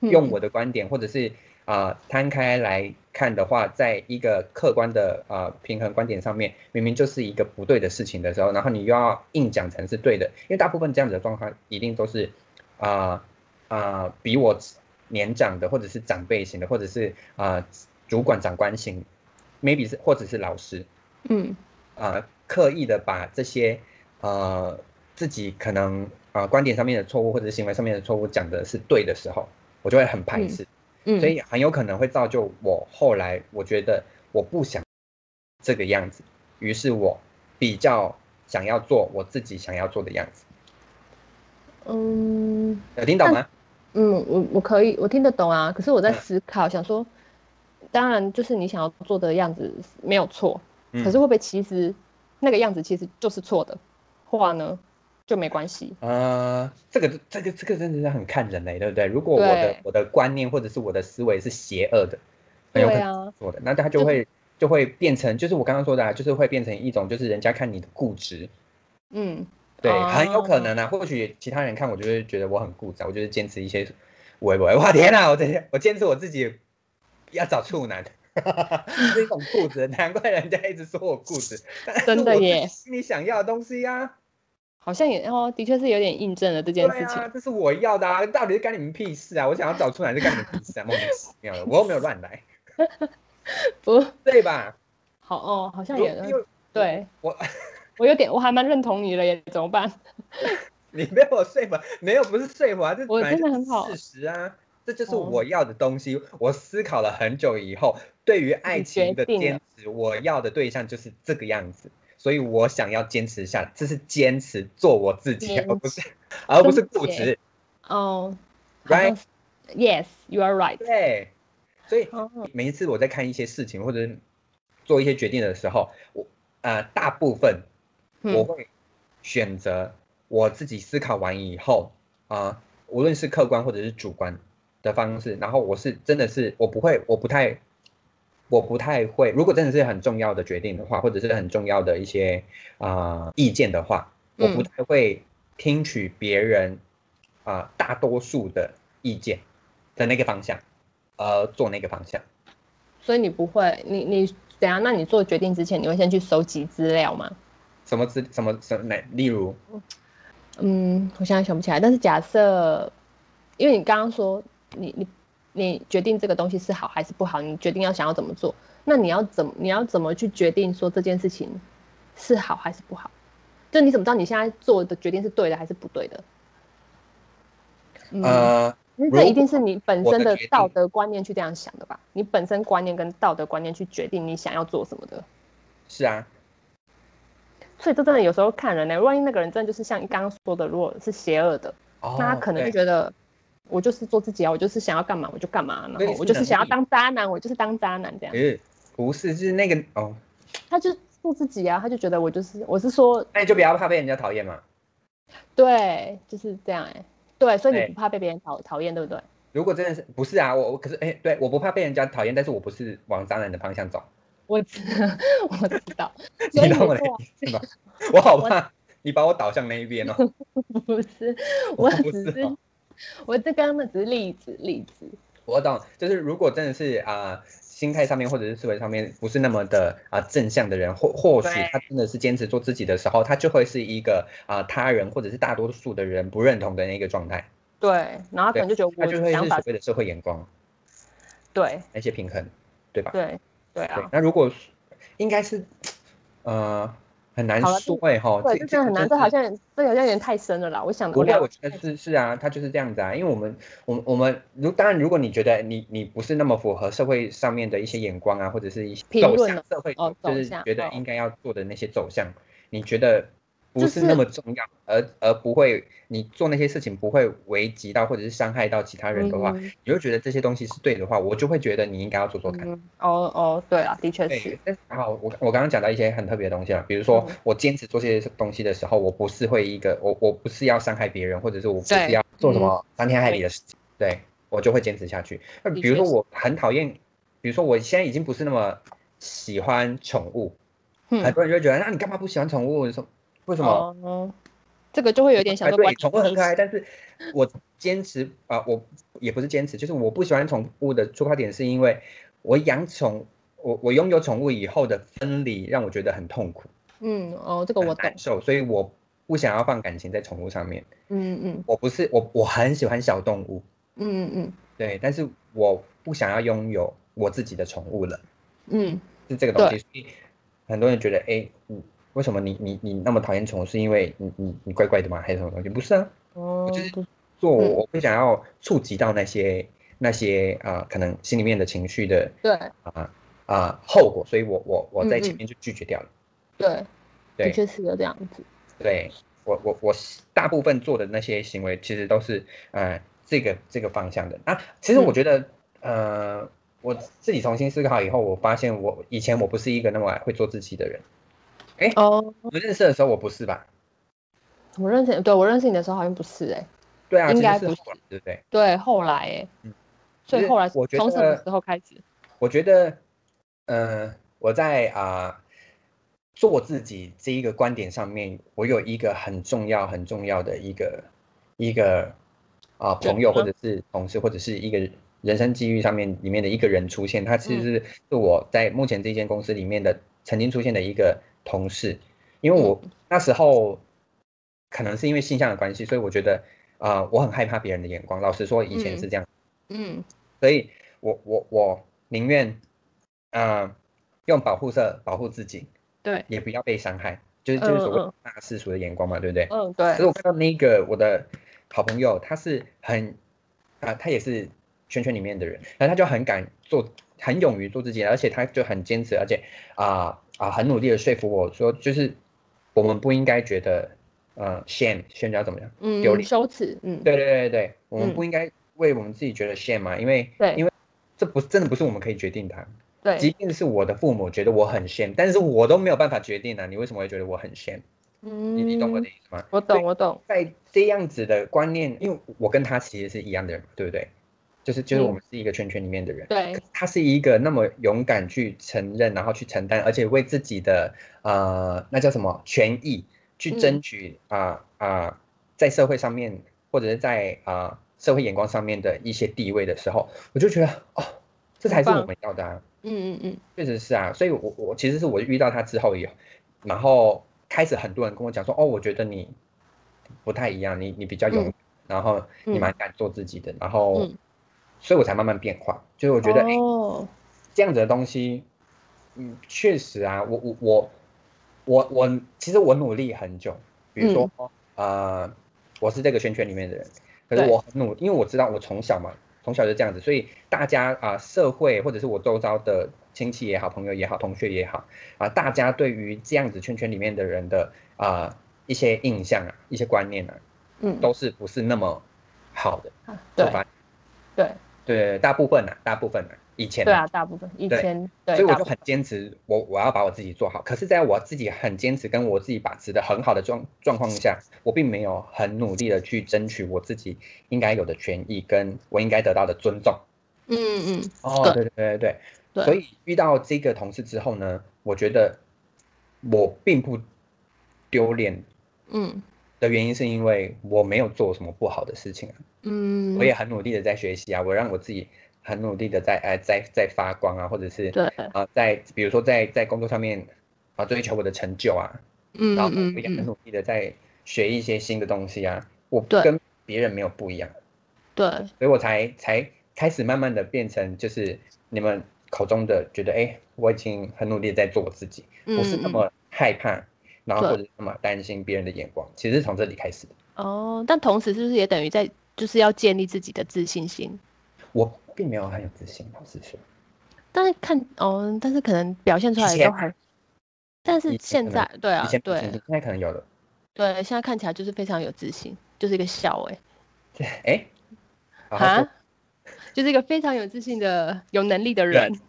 Speaker 1: 嗯
Speaker 2: 用我的观点，或者是啊、摊开来看的话，在一个客观的啊、平衡观点上面，明明就是一个不对的事情的时候，然后你又要硬讲成是对的，因为大部分这样子的状况一定都是啊啊、比我年长的，或者是长辈型的，或者是啊、主管长官型，maybe 是或者是老师，
Speaker 1: 嗯
Speaker 2: 呃刻意的把这些呃自己可能啊、呃观点上面的错误或者是行为上面的错误讲的是对的时候，我就会很排斥，
Speaker 1: 嗯，
Speaker 2: 所以很有可能会造就我后来我觉得我不想这个样子，于是我比较想要做我自己想要做的样子，
Speaker 1: 嗯
Speaker 2: 有听懂吗？
Speaker 1: 嗯，我我可以，我听得懂啊。可是我在
Speaker 2: 嗯
Speaker 1: 思考，想说，当然就是你想要做的样子没有错，
Speaker 2: 嗯
Speaker 1: 可是会不会其实那个样子其实就是错的话呢，就没关系。
Speaker 2: 呃，这个这个这个真的是很看人类，对不对？如果我的
Speaker 1: 对
Speaker 2: 我的观念或者是我的思维是邪恶的，很有可
Speaker 1: 对
Speaker 2: 能
Speaker 1: 啊，
Speaker 2: 做的，那他就
Speaker 1: 就
Speaker 2: 会就会变成，就是我刚刚说的、啊，就是会变成一种，就是人家看你的固执，
Speaker 1: 嗯，
Speaker 2: 对，
Speaker 1: 哦
Speaker 2: 很有可能啊。或许其他人看我就会觉得我很固执啊，我就是坚持一些，我我哇天啊，我这些我坚持我自己要找处男， <laughs> 是一种固执，难怪人家一直说我固执，但是
Speaker 1: 真的
Speaker 2: 我自
Speaker 1: 耶
Speaker 2: 己心里想要的东西呀、啊。
Speaker 1: 好像也哦，的确是有点印证了这件事
Speaker 2: 对
Speaker 1: 情。
Speaker 2: 啊，这是我要的啊，到底是干你们屁事啊？我想要找出来是干你们屁事啊，莫名其妙的，我又没有乱来，
Speaker 1: 不，
Speaker 2: 对吧？
Speaker 1: 哦好哦，好像
Speaker 2: 如
Speaker 1: 也
Speaker 2: 因为
Speaker 1: 对
Speaker 2: 我
Speaker 1: 我 <laughs> 有点，我还蛮认同你的耶，怎么办？
Speaker 2: 你被我说服，没有不是说服啊，这
Speaker 1: 我
Speaker 2: 本来
Speaker 1: 真的
Speaker 2: 就
Speaker 1: 很
Speaker 2: 是
Speaker 1: 好
Speaker 2: 事实啊，这就是
Speaker 1: 哦
Speaker 2: 我要的东西。我思考了很久以后，对于爱情的
Speaker 1: 决定
Speaker 2: 坚持，我要的对象就是这个样子，所以我想要坚持下来，这是坚持做我自己，
Speaker 1: 坚持
Speaker 2: 而不是而不是固
Speaker 1: 真的
Speaker 2: 执
Speaker 1: 耶，哦
Speaker 2: Right？
Speaker 1: 好像是，Yes, you are right。
Speaker 2: 对。所以
Speaker 1: 哦
Speaker 2: 每一次我在看一些事情或者是做一些决定的时候，我呃大部分
Speaker 1: 嗯
Speaker 2: 我会选择我自己思考完以后啊、呃无论是客观或者是主观的方式，然后我是真的是我不会，我不太，我不太会。如果真的是很重要的决定的话，或者是很重要的一些啊、呃意见的话，我不
Speaker 1: 嗯
Speaker 2: 太会听取别人啊、呃大多数的意见的那个方向，呃，做那个方向。
Speaker 1: 所以你不会，你你等一下，那你做决定之前，你会先去收集资料吗？
Speaker 2: 什么资什么什么哪？例如，
Speaker 1: 嗯，我现在想不起来，但是假设，因为你刚刚说你你你决定这个东西是好还是不好，你决定要想要怎么做，那你要怎么你要怎么去决定说这件事情是好还是不好？就你怎么知道你现在做的决定是对的还是不对的？嗯，
Speaker 2: 呃，
Speaker 1: 因为
Speaker 2: 如
Speaker 1: 这一定
Speaker 2: 果
Speaker 1: 是你本
Speaker 2: 我
Speaker 1: 身
Speaker 2: 的
Speaker 1: 的
Speaker 2: 决定
Speaker 1: 道德观念去这样想的吧？你本身观念跟道德观念去决定你想要做什么的。
Speaker 2: 是啊，
Speaker 1: 所以这真的有时候看人呢、万一那个人真的就是像你刚刚说的，如果是邪恶的，
Speaker 2: 哦，
Speaker 1: 那他可能就
Speaker 2: 对
Speaker 1: 觉得我就是做自己啊，我就是想要干嘛我就干嘛，
Speaker 2: 所以
Speaker 1: 然后
Speaker 2: 是
Speaker 1: 我就是
Speaker 2: 能
Speaker 1: 想要
Speaker 2: 力
Speaker 1: 当渣男，我就是当渣男这样。
Speaker 2: 呃，不是，就是那个哦，
Speaker 1: 他就做自己啊，他就觉得我就是我是说
Speaker 2: 那你就不要怕被人家讨厌嘛。
Speaker 1: 对，就是这样哎、对，所以你
Speaker 2: 对
Speaker 1: 不怕被别人讨讨厌，对不对？
Speaker 2: 如果真的是不是啊，我我可是哎、对我不怕被人家讨厌，但是我不是往渣男的方
Speaker 1: <laughs>
Speaker 2: 向走，
Speaker 1: 我知我知道，
Speaker 2: 你
Speaker 1: 所以你
Speaker 2: 懂我的
Speaker 1: 做
Speaker 2: 意思吗？ <laughs> 我好怕你把我导向那一边哦。
Speaker 1: <laughs> 不是，
Speaker 2: 我
Speaker 1: 我
Speaker 2: 不
Speaker 1: 只
Speaker 2: 是
Speaker 1: 是
Speaker 2: 哦
Speaker 1: 我这刚刚的只是例子例子，
Speaker 2: 我懂，就是如果真的是啊、心态上面或者是思维上面不是那么的啊、正向的人，或或许
Speaker 1: 对
Speaker 2: 他真的是坚持做自己的时候，他就会是一个啊、他人或者是大多数的人不认同的那个状态，
Speaker 1: 对，然后可能就觉得
Speaker 2: 他
Speaker 1: 我
Speaker 2: 就
Speaker 1: 的
Speaker 2: 会是
Speaker 1: 想法
Speaker 2: 所谓的社会眼光
Speaker 1: 对
Speaker 2: 那些平衡，对吧？
Speaker 1: 对对啊
Speaker 2: 对，，那如果是应该是，呃，很难
Speaker 1: 好了
Speaker 2: 说哎哈，
Speaker 1: 对，这真的很难，这
Speaker 2: 个
Speaker 1: 好
Speaker 2: 真的
Speaker 1: 像这好像有点太深了啦。我想
Speaker 2: 不会，
Speaker 1: 聊
Speaker 2: 我觉得是是啊，他就是这样子啊，因为我们我们我们如当然，如果你觉得你你不是那么符合社会上面的一些眼光啊，或者是一些
Speaker 1: 评
Speaker 2: 走
Speaker 1: 论
Speaker 2: 向
Speaker 1: 哦
Speaker 2: 社会，
Speaker 1: 哦走
Speaker 2: 就是
Speaker 1: 向
Speaker 2: 觉得
Speaker 1: 哦
Speaker 2: 应该要做的那些走向，你觉得不
Speaker 1: 就是是
Speaker 2: 那么重要，而而不会你做那些事情不会危及到或者是伤害到其他人的话，
Speaker 1: 嗯
Speaker 2: 你会觉得这些东西是对的话，我就会觉得你应该要做做看。
Speaker 1: 嗯，哦哦，对啊，的确
Speaker 2: 对
Speaker 1: 是，，
Speaker 2: 但是还好，我我刚刚讲到一些很特别的东西啊，比如说
Speaker 1: 嗯
Speaker 2: 我坚持做这些东西的时候，我不是会一个我我不是要伤害别人，或者是我不
Speaker 1: 对嗯
Speaker 2: 是要做什么伤天害理的事情，对我就会坚持下去。那
Speaker 1: 的
Speaker 2: 比如
Speaker 1: 确
Speaker 2: 说
Speaker 1: 是
Speaker 2: 我很讨厌，比如说我现在已经不是那么喜欢宠物，很
Speaker 1: 嗯，
Speaker 2: 多人就会觉得那你干嘛不喜欢宠物？你说为什么？
Speaker 1: 哦，这个就会有点想
Speaker 2: 哎
Speaker 1: 说
Speaker 2: 对
Speaker 1: 关，
Speaker 2: 宠物很可爱，但是我坚持啊、我也不是坚持，就是我不喜欢宠物的出发点是因为我养宠，我我拥有宠物以后的分离让我觉得很痛苦，
Speaker 1: 嗯，哦，这个
Speaker 2: 很
Speaker 1: 我懂
Speaker 2: 难，受，所以我不想要放感情在宠物上面。
Speaker 1: 嗯嗯
Speaker 2: 我不是我我很喜欢小动物，
Speaker 1: 嗯嗯
Speaker 2: 对，但是我不想要拥有我自己的宠物了，
Speaker 1: 嗯，
Speaker 2: 是这个东西。所以很多人觉得，哎、嗯，为什么你你你那么讨厌宠物？是因为你你你怪怪的吗？还是什么东西？不是啊，
Speaker 1: 哦，
Speaker 2: 就是
Speaker 1: 不
Speaker 2: 做我
Speaker 1: 嗯
Speaker 2: 我会想要触及到那些那些啊、呃可能心里面的情绪的
Speaker 1: 对
Speaker 2: 啊啊、呃后果，所以我我我在
Speaker 1: 嗯嗯
Speaker 2: 前面就拒绝掉了。
Speaker 1: 对，的
Speaker 2: 对
Speaker 1: 确是有这样子，
Speaker 2: 对，我我我大部分做的那些行为，其实都是呃这个这个方向的啊。其实我
Speaker 1: 嗯
Speaker 2: 觉得、呃我自己重新思考以后，我发现我以前我不是一个那么会做自己的人。
Speaker 1: 哦，
Speaker 2: 我们认识的时候我不是吧？
Speaker 1: 我认识，对我认识你的时候好像不是哎，
Speaker 2: 对啊，
Speaker 1: 应
Speaker 2: 其实
Speaker 1: 该
Speaker 2: 是
Speaker 1: 不
Speaker 2: 后来对不对？
Speaker 1: 对，后来哎
Speaker 2: 嗯，
Speaker 1: 所
Speaker 2: 就
Speaker 1: 以
Speaker 2: 是
Speaker 1: 后来
Speaker 2: 我觉
Speaker 1: 从什么
Speaker 2: 得
Speaker 1: 时候开始？
Speaker 2: 我觉得，呃，我在啊、做自己这一个观点上面，我有一个很重要、很重要的一个一个啊、
Speaker 1: 人
Speaker 2: 朋友
Speaker 1: 吗
Speaker 2: 或者是同事或者是一个人生际遇上面里面的一个人出现，他其实是是我在目前这间公司里面的曾经出现的一个同事，因为我那时候可能是因为性向的关系，所以我觉得啊、我很害怕别人的眼光。老实说，以前是这样。
Speaker 1: 嗯
Speaker 2: 所以我我我宁愿，呃，用保护色保护自己，
Speaker 1: 对，
Speaker 2: 也不要被伤害，就是
Speaker 1: 嗯
Speaker 2: 就是所谓
Speaker 1: 嗯
Speaker 2: 大世俗的眼光嘛，对不对？
Speaker 1: 嗯
Speaker 2: 可是
Speaker 1: 对，
Speaker 2: 我看到那个我的好朋友，他是很啊、他也是圈圈里面的人，然后他就很敢做，很勇于做自己，而且他就很坚持，而且啊啊、很努力的说服我说，就是我们不应该觉得呃 shame shame 叫怎么样？
Speaker 1: 嗯
Speaker 2: 有理
Speaker 1: 羞耻，嗯
Speaker 2: 对对对对，我们
Speaker 1: 嗯
Speaker 2: 不应该为我们自己觉得 shame 嘛，因为
Speaker 1: 对
Speaker 2: 因为这不真的不是我们可以决定的啊、即
Speaker 1: 对，
Speaker 2: 便是我的父母觉得我很闲，但是我都没有办法决定啊，你为什么会觉得我很闲？你
Speaker 1: 嗯，
Speaker 2: 你懂我的意思吗？
Speaker 1: 我懂，我懂，
Speaker 2: 在这样子的观念，因为我跟他其实是一样的人嘛，对不对？就是就是
Speaker 1: 嗯
Speaker 2: 我们是一个圈圈里面的人，
Speaker 1: 对，
Speaker 2: 他是一个那么勇敢去承认，然后去承担，而且为自己的呃那叫什么权益去
Speaker 1: 嗯
Speaker 2: 争取啊啊、呃在社会上面或者是在啊、呃社会眼光上面的一些地位的时候，我就觉得哦，这才是
Speaker 1: 很棒
Speaker 2: 我们要的、啊，
Speaker 1: 嗯嗯嗯，
Speaker 2: 确实是啊，所以我我其实是我遇到他之后也，然后开始很多人跟我讲说，哦，我觉得你不太一样，你你比较勇，
Speaker 1: 嗯
Speaker 2: 然后你蛮敢做自己的，然后、
Speaker 1: 嗯
Speaker 2: 所以我才慢慢变化，就是我觉得哎、诶
Speaker 1: 哦，
Speaker 2: 这样子的东西，嗯，确实啊，我我我我我，其实我努力很久，比如说、
Speaker 1: 嗯
Speaker 2: 呃，我是这个圈圈里面的人，可是
Speaker 1: 对
Speaker 2: 我很努，因为我知道我从小嘛，从小就这样子，所以大家啊、社会或者是我周遭的亲戚也好、朋友也好、同学也好啊、大家对于这样子圈圈里面的人的啊、一些印象啊、一些观念啊，
Speaker 1: 嗯，
Speaker 2: 都是不是那么好的，
Speaker 1: 对
Speaker 2: 吧？
Speaker 1: 对
Speaker 2: 对，大部分啊，大部分啊，以前
Speaker 1: 对啊，大部分以
Speaker 2: 对
Speaker 1: 前对，
Speaker 2: 所以我
Speaker 1: 大
Speaker 2: 就
Speaker 1: 部
Speaker 2: 很坚持，我我要把我自己做好。可是，在我自己很坚持跟我自己把持的很好的状状况下，我并没有很努力的去争取我自己应该有的权益，跟我应该得到的尊重。
Speaker 1: 嗯嗯
Speaker 2: 哦，对对对对
Speaker 1: 对
Speaker 2: 所以遇到这个同事之后呢，我觉得我并不丢脸
Speaker 1: 嗯
Speaker 2: 的原因是因为我没有做什么不好的事情啊，
Speaker 1: 嗯，
Speaker 2: 我也很努力的在学习啊，我让我自己很努力的在哎在在发光啊，或者是
Speaker 1: 对，
Speaker 2: 啊，在比如说在在工作上面啊追求我的成就啊，
Speaker 1: 嗯
Speaker 2: 然后
Speaker 1: 嗯
Speaker 2: 我也很
Speaker 1: 嗯，
Speaker 2: 努力的在学一些新的东西啊，我
Speaker 1: 对
Speaker 2: 跟别人没有不一样，
Speaker 1: 对，
Speaker 2: 所以我才才开始慢慢的变成就是你们口中的觉得哎、诶我已经很努力地在做我自己，不是那
Speaker 1: 嗯嗯
Speaker 2: 么害怕，然后
Speaker 1: 对
Speaker 2: 或者是那么担心别人的眼光，其实是从这里开始的。
Speaker 1: 哦，但同时是不是也等于在就是要建立自己的自信心？
Speaker 2: 我并没有很有自信，老实说，
Speaker 1: 但是看哦，但是可能表现出
Speaker 2: 以
Speaker 1: 来
Speaker 2: 前
Speaker 1: 都还，但是
Speaker 2: 以前
Speaker 1: 现
Speaker 2: 可
Speaker 1: 在
Speaker 2: 能
Speaker 1: 对啊
Speaker 2: 以前，不信
Speaker 1: 对
Speaker 2: 现在可能有了， <laughs>
Speaker 1: 对，现在看起来就是非常有自信，就是一个笑
Speaker 2: <laughs>
Speaker 1: 哎、
Speaker 2: 哎、好好说
Speaker 1: 哈，就是一个非常有自信的、有能力的
Speaker 2: 人
Speaker 1: 人，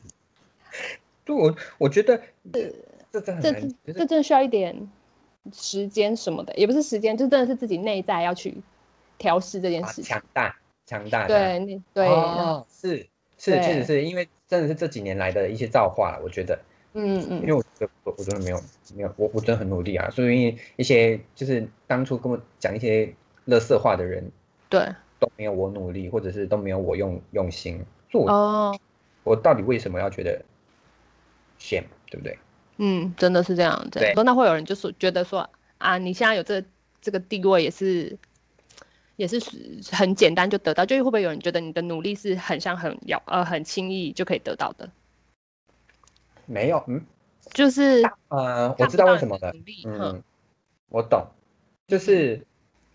Speaker 2: 对我，我觉得这这很
Speaker 1: 这
Speaker 2: 难，就
Speaker 1: 这
Speaker 2: 是
Speaker 1: 真的需要一点时间什么的，也不是时间，就真的是自己内在要去调试这件
Speaker 2: 啊
Speaker 1: 事情。
Speaker 2: 强大强大这样。
Speaker 1: 对，那对，
Speaker 2: 哦，是是，
Speaker 1: 对
Speaker 2: 确实是因为真的是这几年来的一些造化了，我觉得，
Speaker 1: 嗯
Speaker 2: 因
Speaker 1: 嗯，
Speaker 2: 为我觉得我我真的没有没有，我我真的很努力啊，所以一些就是当初跟我讲一些乐色话的人
Speaker 1: 对，
Speaker 2: 都没有我努力，或者是都没有我用用心，所以我、
Speaker 1: 哦，
Speaker 2: 我到底为什么要觉得羡慕，对不对？
Speaker 1: 嗯，真的是这样，这
Speaker 2: 对
Speaker 1: 样。那会有人就说觉得说啊，你现在有这个这个地位也是。也是很简单就得到，就是会不会有人觉得你的努力是很像很遥呃很轻易就可以得到的？
Speaker 2: 没有，嗯，
Speaker 1: 就是
Speaker 2: 呃，我
Speaker 1: 看
Speaker 2: 知
Speaker 1: 不
Speaker 2: 道
Speaker 1: 到
Speaker 2: 为
Speaker 1: 你
Speaker 2: 什么
Speaker 1: 的
Speaker 2: 了
Speaker 1: 努，力，嗯，
Speaker 2: 嗯，我懂，就是。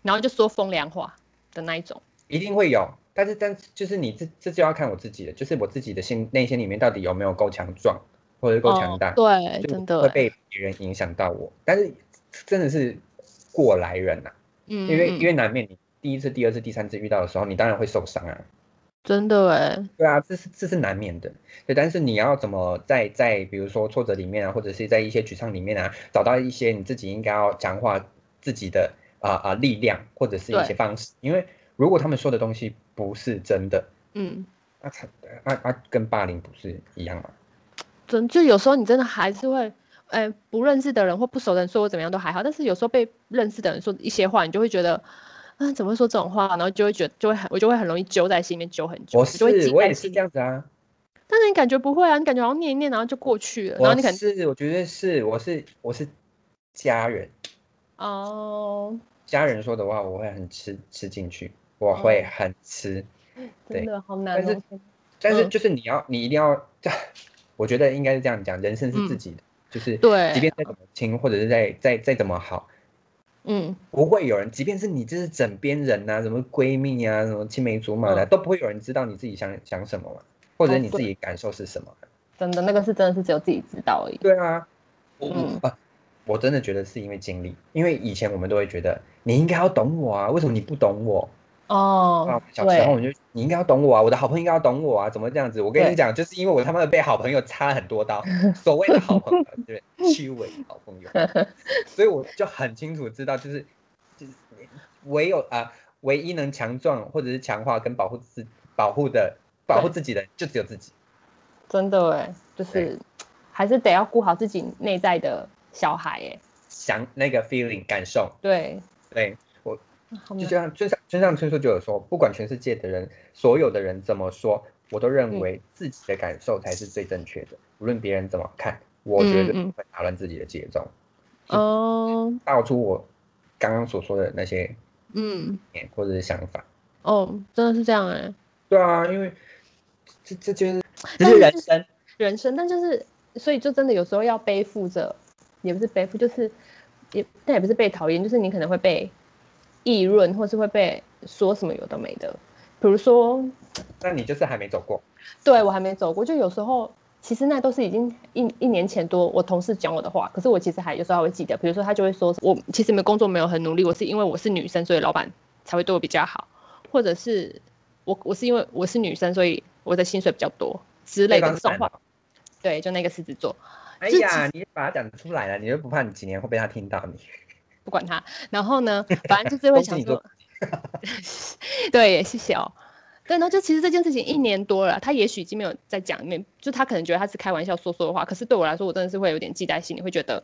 Speaker 1: 然后就说风凉话的那一种。
Speaker 2: 一定会有，但是但是就是你这这就要看我自己了，就是我自己的心内心里面到底有没有够强壮，或者是够强大，
Speaker 1: 哦对，
Speaker 2: 就
Speaker 1: 真
Speaker 2: 会
Speaker 1: 的欸，
Speaker 2: 被别人影响到我。但是真的是过来人呐、
Speaker 1: 嗯，
Speaker 2: 因为、
Speaker 1: 嗯
Speaker 2: 因为难免你第一次、第二次、第三次遇到的时候，你当然会受伤啊，
Speaker 1: 真的哎，
Speaker 2: 对啊，这是这是难免的。对，但是你要怎么在在比如说挫折里面啊，或者是在一些沮丧里面啊，找到一些你自己应该要强化自己的啊啊、力量，或者是一些
Speaker 1: 对
Speaker 2: 方式。因为如果他们说的东西不是真的，
Speaker 1: 嗯，
Speaker 2: 那才啊啊，跟霸凌不是一样吗？
Speaker 1: 真就有时候你真的还是会，哎，不认识的人或不熟的人说我怎么样都还好，但是有时候被认识的人说一些话，你就会觉得，啊，怎么会说这种话？然后就会觉得，就会很，我就会很容易揪在心里面，揪很久，
Speaker 2: 我
Speaker 1: 就会
Speaker 2: 是
Speaker 1: 记
Speaker 2: 我
Speaker 1: 在
Speaker 2: 也是
Speaker 1: 心里
Speaker 2: 这。样子啊，
Speaker 1: 但是你感觉不会啊，你感觉好像念一念，然后就过去了，然后
Speaker 2: 我
Speaker 1: 你可能
Speaker 2: 是我觉得是我是我是家人，
Speaker 1: 哦，
Speaker 2: 家人说的话我会很吃吃进去，我会
Speaker 1: 哦
Speaker 2: 很吃，
Speaker 1: 真
Speaker 2: 对
Speaker 1: 的好难
Speaker 2: 但是
Speaker 1: 哦。
Speaker 2: 但是
Speaker 1: 嗯
Speaker 2: 就是你要你一定要， <laughs> 我觉得应该是这样讲，人生是自己的，就是
Speaker 1: 嗯对
Speaker 2: 即便再怎么亲或者是再再再怎么好，
Speaker 1: 嗯，
Speaker 2: 不会有人，即便是你这是枕边人呐、什么闺蜜啊，什么青梅竹马的、
Speaker 1: 嗯
Speaker 2: 都不会有人知道你自己想想什么嘛，或者
Speaker 1: 哦
Speaker 2: 你自
Speaker 1: 对
Speaker 2: 己感受是什么。
Speaker 1: 真的那个是真的是只有自己知道而已。
Speaker 2: 对啊，我、
Speaker 1: 嗯
Speaker 2: 啊，我真的觉得是因为经历，因为以前我们都会觉得你应该要懂我啊，为什么你不懂我？
Speaker 1: 哦
Speaker 2: 啊，，小时候
Speaker 1: 对，
Speaker 2: 你就你应该要懂我啊，我的好朋友应该要懂我啊，怎么这样子？我跟
Speaker 1: 对
Speaker 2: 你讲，就是因为我他妈的被好朋友插了很多
Speaker 1: <laughs>
Speaker 2: 刀，所谓的好朋友，对，虚伪的好朋友，所以我就很清楚知道，就是就是唯有啊、唯一能强壮或者是强化跟保护自保护的保护自己的，就只有自己。
Speaker 1: <laughs> 真的哎，就是还是得要顾好自己内在的小孩哎，
Speaker 2: 想那个 feeling 感受，
Speaker 1: 对，
Speaker 2: 对，
Speaker 1: 好
Speaker 2: 就
Speaker 1: 吗
Speaker 2: 像村上村上春树就有说，不管全世界的人，所有的人怎么说，我都认
Speaker 1: 嗯
Speaker 2: 为自己的感受才是最正确的，无论别人怎么看，我觉得
Speaker 1: 嗯嗯
Speaker 2: 会打乱自己的节奏，
Speaker 1: 嗯
Speaker 2: 道出我刚刚所说的那些
Speaker 1: 嗯，
Speaker 2: 点或者是想法。
Speaker 1: 哦，真的是这样哎，
Speaker 2: 对啊，因为这这就是这
Speaker 1: 但
Speaker 2: 是
Speaker 1: 是
Speaker 2: 人
Speaker 1: 就是
Speaker 2: 生，
Speaker 1: 人生，但就是所以就真的有时候要背负着，也不是背负，就是也但也不是被讨厌，就是你可能会被议论，或是会被说什么有的没的，比如说
Speaker 2: 那你就是还没走过。
Speaker 1: 对我还没走过，就有时候其实那都是已经一一年前多，我同事讲我的话，可是我其实还有时候还会记得，比如说他就会说我其实没工作没有很努力，我是因为我是女生，所以老板才会对我比较好，或者是我我是因为我是女生，所以我的薪水比较多之类
Speaker 2: 对
Speaker 1: 的
Speaker 2: 方
Speaker 1: 这
Speaker 2: 是
Speaker 1: 种
Speaker 2: 男
Speaker 1: 话
Speaker 2: 的，
Speaker 1: 对，就那个狮子座，
Speaker 2: 哎
Speaker 1: 这
Speaker 2: 呀，你把它讲出来了，你就不怕你几年后被他听到你？
Speaker 1: 不管他，然后呢，反正就是会想说， <laughs> 对，谢谢哦。对，然后就其实这件事情一年多了，他也许已经没有在讲里面，就他可能觉得他是开玩笑说说的话，可是对我来说，我真的是会有点记在心里，会觉得，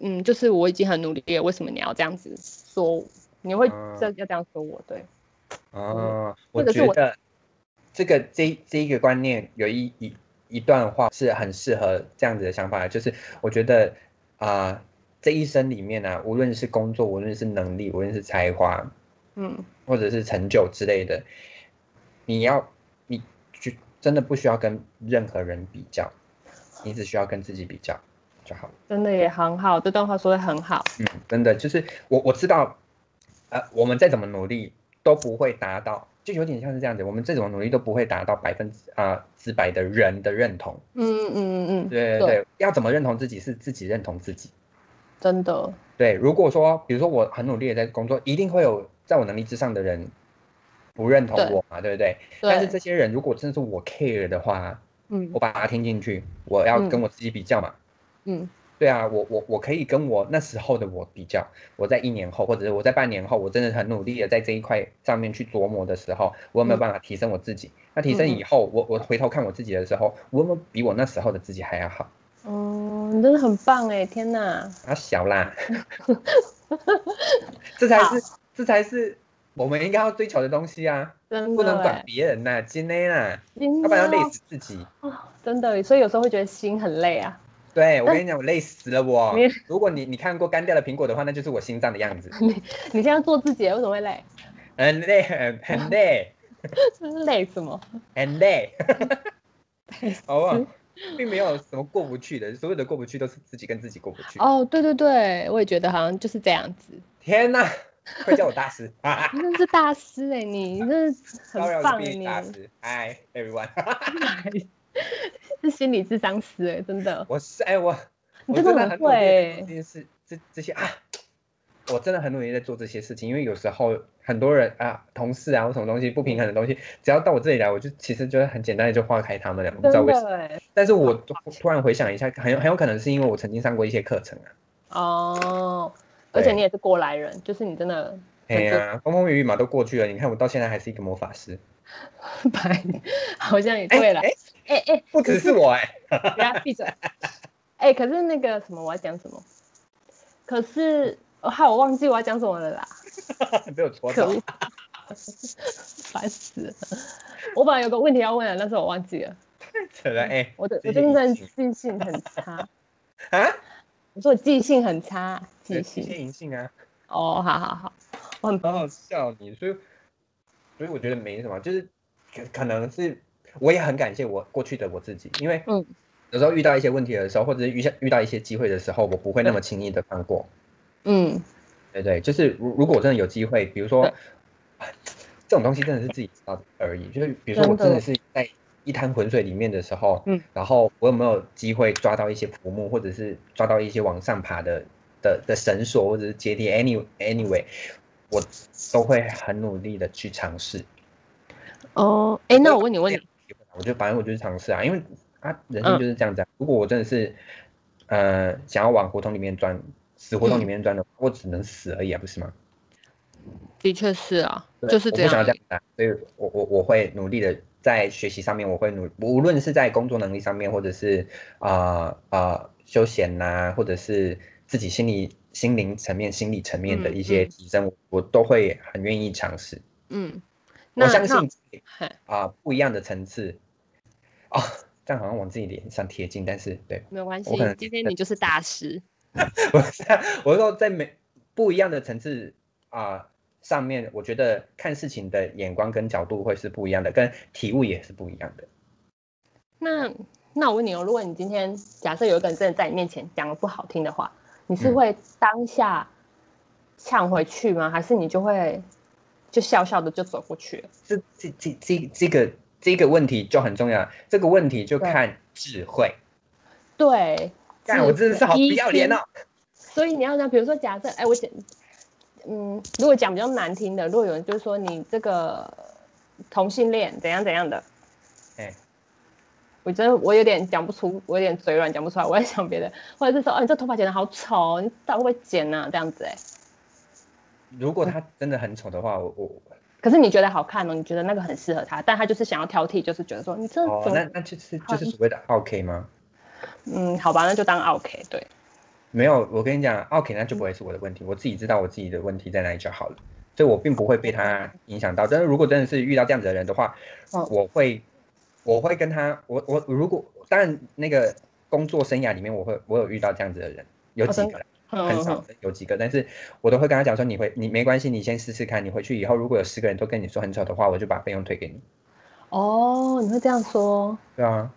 Speaker 1: 嗯，就是我已经很努力了，为什么你要这样子说？你会
Speaker 2: 嗯
Speaker 1: 这要这样说我？对，
Speaker 2: 哦，
Speaker 1: 嗯
Speaker 2: 我
Speaker 1: 这个是
Speaker 2: 觉
Speaker 1: 我
Speaker 2: 得这个这这一个观念有一一一段话是很适合这样子的想法的，就是我觉得啊、这一生里面啊，无论是工作，无论是能力，无论是才华，
Speaker 1: 嗯，
Speaker 2: 或者是成就之类的，你要你就真的不需要跟任何人比较，你只需要跟自己比较就好了。
Speaker 1: 真的也很好，这段话说的很好，
Speaker 2: 嗯，真的就是我我知道，呃，我们再怎么努力都不会达到，就有点像是这样子，我们再怎么努力都不会达到百分之啊之百的人的认同。
Speaker 1: 嗯嗯嗯嗯，
Speaker 2: 对对
Speaker 1: 对
Speaker 2: 对，要怎么认同自己是自己认同自己。
Speaker 1: 真的，
Speaker 2: 对，如果说比如说我很努力的在工作，一定会有在我能力之上的人不认同
Speaker 1: 对
Speaker 2: 我嘛，对不对？但是
Speaker 1: 对，
Speaker 2: 这些人如果真的是我 care 的话，
Speaker 1: 嗯
Speaker 2: 我把它听进去，我要跟我自己比较嘛。
Speaker 1: 嗯
Speaker 2: 对啊，我我我可以跟我那时候的我比较，我在一年后或者是我在半年后，我真的很努力的在这一块上面去琢磨的时候，我有没有
Speaker 1: 嗯
Speaker 2: 办法提升我自己？那提升
Speaker 1: 嗯嗯
Speaker 2: 以后，我我回头看我自己的时候，我有没有比我那时候的自己还要好？
Speaker 1: 哦，你真的很棒哎，天哪，
Speaker 2: 啊，
Speaker 1: <laughs>
Speaker 2: 小啦，这才是这才是我们应该要追求的东西啊，
Speaker 1: 真
Speaker 2: 不能
Speaker 1: 的
Speaker 2: 管
Speaker 1: 哎，
Speaker 2: 别人呐、今天啊，
Speaker 1: 要
Speaker 2: 要不然要累死自己。
Speaker 1: <laughs> 真的，所以有时候会觉得心很累啊。
Speaker 2: 对，我跟你讲，我累死了我
Speaker 1: 你。
Speaker 2: 如果你你看过干掉的苹果的话，那就是我心脏的
Speaker 1: <laughs>
Speaker 2: 样子，
Speaker 1: 你现在做自己，为什么会累？ <laughs>
Speaker 2: 很累，很很累。
Speaker 1: 累什么？
Speaker 2: 很累，好不好？并没有什么过不去的，所有的过不去都是自己跟自己过不去。
Speaker 1: 哦，对对对，我也觉得好像就是这样子。
Speaker 2: 天哪，快叫我大
Speaker 1: <laughs>
Speaker 2: 师！哈哈
Speaker 1: 你真的是大师哎、你真的很
Speaker 2: 骚扰
Speaker 1: 棒
Speaker 2: 我
Speaker 1: 哎、
Speaker 2: 是大
Speaker 1: 你
Speaker 2: 师。Hi everyone， <laughs>
Speaker 1: 是心理智商师哎、真的。
Speaker 2: 我是哎我，
Speaker 1: 你
Speaker 2: 我
Speaker 1: 真的
Speaker 2: 很
Speaker 1: 很
Speaker 2: 努力地
Speaker 1: 会欸
Speaker 2: 做这件事，这这些啊，我真的很努力在做这些事情，因为有时候很多人啊，同事啊或什么东西不平衡的东西，只要到我这里来，我就其实就是很简单的就化开他们了，我不
Speaker 1: 真
Speaker 2: 知道为什么。
Speaker 1: 的哎、
Speaker 2: 但是我突然回想一下，很有很有可能是因为我曾经上过一些课程啊。
Speaker 1: 哦，而且
Speaker 2: 对
Speaker 1: 你也是过来人，就是你真的 <laughs>
Speaker 2: 哎
Speaker 1: 很
Speaker 2: 呀，风风雨雨嘛都过去了，你看我到现在还是一个魔法师。
Speaker 1: 白，好像也 <laughs>
Speaker 2: 哎
Speaker 1: 对了。
Speaker 2: 哎
Speaker 1: 哎哎，
Speaker 2: 不只是我哎、 <laughs>
Speaker 1: 不要闭嘴。哎、可是那个什么，我要讲什么？可是哦害我忘记我要讲什么了啦。
Speaker 2: 被我戳
Speaker 1: 可
Speaker 2: 到。
Speaker 1: 恶， <laughs> 烦死了！我本来有个问题要问啊，但是我忘记了。
Speaker 2: 扯了哎、
Speaker 1: 我的
Speaker 2: 这
Speaker 1: 我
Speaker 2: 些
Speaker 1: 真的
Speaker 2: 隐
Speaker 1: 记性很差，
Speaker 2: 啊，
Speaker 1: 我说我记性很差，记
Speaker 2: 这些
Speaker 1: 性。
Speaker 2: 银杏啊，
Speaker 1: 哦，好好好，
Speaker 2: 好好笑你，所以所以我觉得没什么，就是可可能是我也很感谢我过去的我自己，因为
Speaker 1: 嗯
Speaker 2: 有时候遇到一些问题的时候，或者是遇下遇到一些机会的时候，我不会那么轻易的放过。
Speaker 1: 嗯，
Speaker 2: 对对，就是如如果我真的有机会，比如说
Speaker 1: 对
Speaker 2: 哎 <laughs> 这种东西真的是自己知道而已。就是比如说我
Speaker 1: 真
Speaker 2: 真
Speaker 1: 的
Speaker 2: 的是在一滩浑水里面的时候，
Speaker 1: 嗯，
Speaker 2: 然后我有没有机会抓到一些浮木，或者是抓到一些往上爬的的的绳索或者是阶梯？any anyway，我都会很努力的去尝试。
Speaker 1: 哦，哎，那我问你问你，
Speaker 2: 我就反正我就是尝试啊，因为啊，人
Speaker 1: 嗯
Speaker 2: 生就是这样子、啊。如果我真的是呃想要往胡同里面钻，死胡同
Speaker 1: 嗯
Speaker 2: 里面钻的话，我只能死而已啊，不是吗？
Speaker 1: 的确是啊，
Speaker 2: 对
Speaker 1: 就是
Speaker 2: 我
Speaker 1: 这
Speaker 2: 不想
Speaker 1: 样
Speaker 2: 要这。样子啊，所以我我我会努力的在学习上面，我会努，无论是在工作能力上面，或者是啊啊、休闲呐、或者是自己心理心灵层面、心理层面的一
Speaker 1: 嗯
Speaker 2: 些
Speaker 1: 嗯
Speaker 2: 提升，我都会很愿意尝试。
Speaker 1: 嗯，
Speaker 2: 我
Speaker 1: 那
Speaker 2: 相
Speaker 1: 那
Speaker 2: 信自己
Speaker 1: 嘿
Speaker 2: 啊、不一样的层次啊、这样好像往自己脸上贴金，但是对，
Speaker 1: 没有关系
Speaker 2: 我可能，
Speaker 1: 今天你就是大师。
Speaker 2: 我是我是说在每不一样的层次啊、上面，我觉得看事情的眼光跟角度会是不一样的，跟体悟也是不一样的。
Speaker 1: 那那我问你哦，如果你今天假设有一个人真的在你面前讲了不好听的话，你是
Speaker 2: 嗯
Speaker 1: 会当下呛回去吗？还是你就会就笑笑的就走过去了？
Speaker 2: 这这这这这个这个问题就很重要，这个问题就
Speaker 1: 对
Speaker 2: 看智慧。
Speaker 1: 对，智
Speaker 2: 但我真的是好不
Speaker 1: 慧
Speaker 2: 要脸哦！！
Speaker 1: 所以你要讲，比如说假设，哎，我讲，嗯，如果讲比较难听的，如果有人就说你这个同性恋怎样怎样的，
Speaker 2: 哎
Speaker 1: 我真的我有点讲不出，我有点嘴软讲不出来，我在 <laughs> 想别的，或者是说，哦，你这头发剪得好丑，你到底会不会剪啊？这样子、哎，
Speaker 2: 如果他真的很丑的话，我我
Speaker 1: 可是你觉得好看哦，你觉得那个很适合他，但他就是想要挑剔，就是觉得说你这
Speaker 2: 哦，
Speaker 1: 怎么，
Speaker 2: 那那就是
Speaker 1: 好
Speaker 2: 就是所谓的 OK 吗？
Speaker 1: 嗯，好吧，那就当 OK，对，
Speaker 2: 没有，我跟你讲，OK
Speaker 1: 嗯
Speaker 2: 那就不会是我的问题，我自己知道我自己的问题在哪里就好了，所以我并不会被他影响到。但是如果真的是遇到这样子的人的话，
Speaker 1: 哦
Speaker 2: 我会我会跟他，我我如果当然那个工作生涯里面，我会我有遇到这样子的人，有
Speaker 1: 哦
Speaker 2: 几
Speaker 1: 真
Speaker 2: 个啦
Speaker 1: 嗯
Speaker 2: 很少有几个，但是我都会跟他讲说，你回你没关系，你先试试看，你回去以后如果有十个人都跟你说很丑的话，我就把费用退给你。
Speaker 1: 哦，你会这样说，
Speaker 2: 对啊，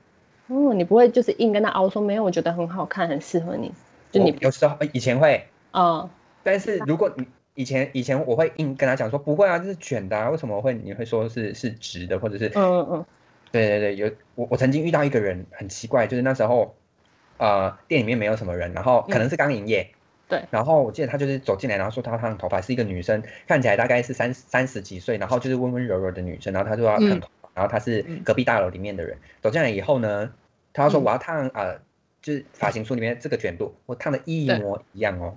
Speaker 1: 哦，你不会就是硬跟他凹说没有，我觉得很好看，很适合你，就你
Speaker 2: 我，有时候以前会，
Speaker 1: 嗯，
Speaker 2: 但是如果你以前以前我会硬跟他讲说不会啊，这是卷的啊，为什么会你会说是是直的，或者是
Speaker 1: 嗯嗯
Speaker 2: 对对对，有我我曾经遇到一个人很奇怪，就是那时候，呃，店里面没有什么人，然后可能是刚营业，
Speaker 1: 嗯对
Speaker 2: 然后我记得他就是走进来，然后说她烫头发，是一个女生，看起来大概是三三十几岁，然后就是温温柔柔的女生，然后她说要
Speaker 1: 嗯
Speaker 2: 烫头发，然后她是隔壁大楼里面的人，走进来以后呢，她说
Speaker 1: 嗯
Speaker 2: 我要烫呃，就是发型书里面这个卷度，我烫的一
Speaker 1: 对
Speaker 2: 模一样哦，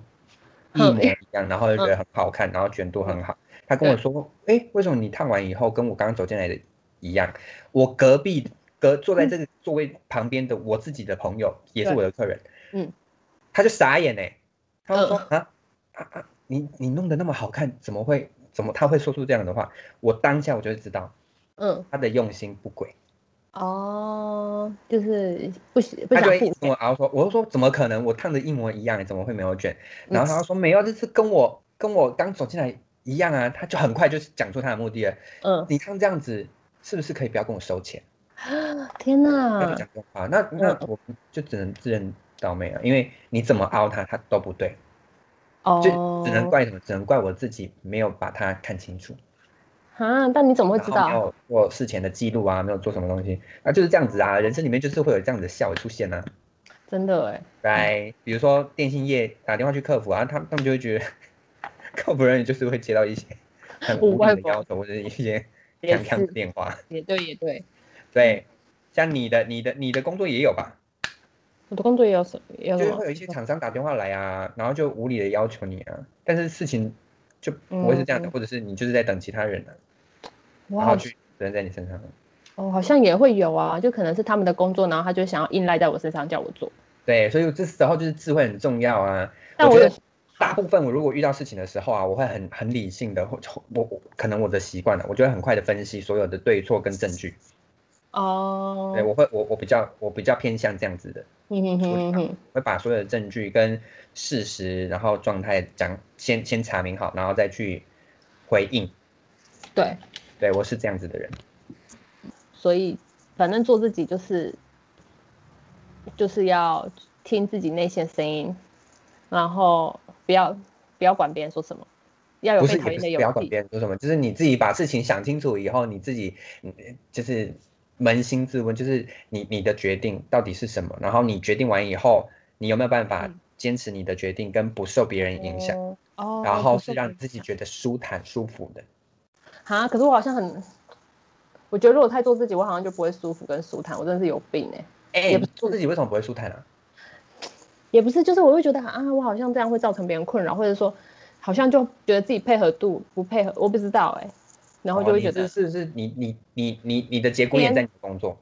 Speaker 2: 一
Speaker 1: 嗯
Speaker 2: 模一样，然后就觉得很好看，然后卷度很好，她跟我说，哎，为什么你烫完以后跟我刚刚走进来的一样？我隔壁隔坐在这个座位旁边的我自己的朋友，也是
Speaker 1: 嗯对
Speaker 2: 我的客人，
Speaker 1: 嗯，
Speaker 2: 他就傻眼哎、他就说、
Speaker 1: 嗯
Speaker 2: 啊啊啊，你你弄得那么好看，怎么会怎么他会说出这样的话？我当下我就会知道
Speaker 1: 嗯，
Speaker 2: 他的用心不轨，
Speaker 1: 哦，就是不喜不
Speaker 2: 他
Speaker 1: 想
Speaker 2: 就会一
Speaker 1: 付
Speaker 2: 直，跟我熬说，我就说怎么可能？我烫的一模一样、欸怎么会没有卷？
Speaker 1: 嗯
Speaker 2: 然后他就说没有，这是跟我跟我刚走进来一样啊，他就很快就讲出他的目的了。
Speaker 1: 嗯， <gasps>
Speaker 2: 你烫这样子是不是可以不要跟我收钱？
Speaker 1: 天哪，
Speaker 2: 他就讲这种话，那那
Speaker 1: 嗯
Speaker 2: 我们就只能自认倒霉了，因为你怎么凹他，他都不对，
Speaker 1: 哦，
Speaker 2: 就只能怪什么？只能怪我自己没有把他看清楚，
Speaker 1: 啊，但你怎么会
Speaker 2: 然
Speaker 1: 知
Speaker 2: 后没
Speaker 1: 道？
Speaker 2: 有做事前的记录啊，没有做什么东西，那就是这样子啊，人生里面就是会有这样子的笑出现啊。
Speaker 1: 真的哎，
Speaker 2: 来，比如说电信业打电话去客服啊，他他们就会觉得 <laughs> 客服人员就是会接到一些很
Speaker 1: 无
Speaker 2: 无理
Speaker 1: 外
Speaker 2: 的
Speaker 1: 佛
Speaker 2: 要求或者一些
Speaker 1: 也
Speaker 2: 强强的
Speaker 1: 是
Speaker 2: 电话，
Speaker 1: 欸也对也对，
Speaker 2: 对，像你的你的你的工作也有吧？
Speaker 1: 我的工作也有什也有
Speaker 2: 就
Speaker 1: 什
Speaker 2: 是
Speaker 1: 么
Speaker 2: 会有一些厂商打电话来啊，然后就无理的要求你啊，但是事情就不会是这样的，
Speaker 1: 嗯
Speaker 2: 或者是你就是在等其他人啊，然
Speaker 1: 哇
Speaker 2: 后去责任在你身上。
Speaker 1: 哦，好像也会有啊，就可能是他们的工作，然后他就想要硬赖在我身上叫我做，
Speaker 2: 对，所以这时候就是智慧很重要啊。
Speaker 1: 但
Speaker 2: 我
Speaker 1: 我
Speaker 2: 觉
Speaker 1: 有
Speaker 2: 得大部分我如果遇到事情的时候啊，我会很很理性的，或我我可能我的习惯了，啊我就会很快的分析所有的对错跟证据。
Speaker 1: 哦
Speaker 2: 对，，我会我我比较我比较偏向这样子的，
Speaker 1: 嗯哼哼哼哼，
Speaker 2: 会把所有的证据跟事实，然后状态讲先先查明好，然后再去回应。
Speaker 1: 对，
Speaker 2: 对我是这样子的人。
Speaker 1: 所以反正做自己就是就是要听自己内心的声音，然后不要不要管别人说什么，要有
Speaker 2: 不
Speaker 1: 被
Speaker 2: 是，
Speaker 1: 讨
Speaker 2: 也
Speaker 1: 厌的
Speaker 2: 不是不要
Speaker 1: 勇
Speaker 2: 管
Speaker 1: 气。
Speaker 2: 别人说什么，就是你自己把事情想清楚以后，你自己嗯就是扪心自问，就是你你的决定到底是什么，然后你决定完以后，你有没有办法
Speaker 1: 嗯
Speaker 2: 坚持你的决定，跟不受别人影响，
Speaker 1: 哦哦，
Speaker 2: 然后是让自己觉得舒坦舒服的。
Speaker 1: 啊，可是我好像很，我觉得如果太做自己，我好像就不会舒服跟舒坦，我真的是有病哎、
Speaker 2: 哎、
Speaker 1: 也不
Speaker 2: 你做自己为什么不会舒坦啊？
Speaker 1: 也不是，就是我会觉得啊，我好像这样会造成别人困扰，或者说好像就觉得自己配合度不配合，我不知道哎、然后就会觉得、
Speaker 2: 哦你是是不是你你你你你的节骨眼在你的工作？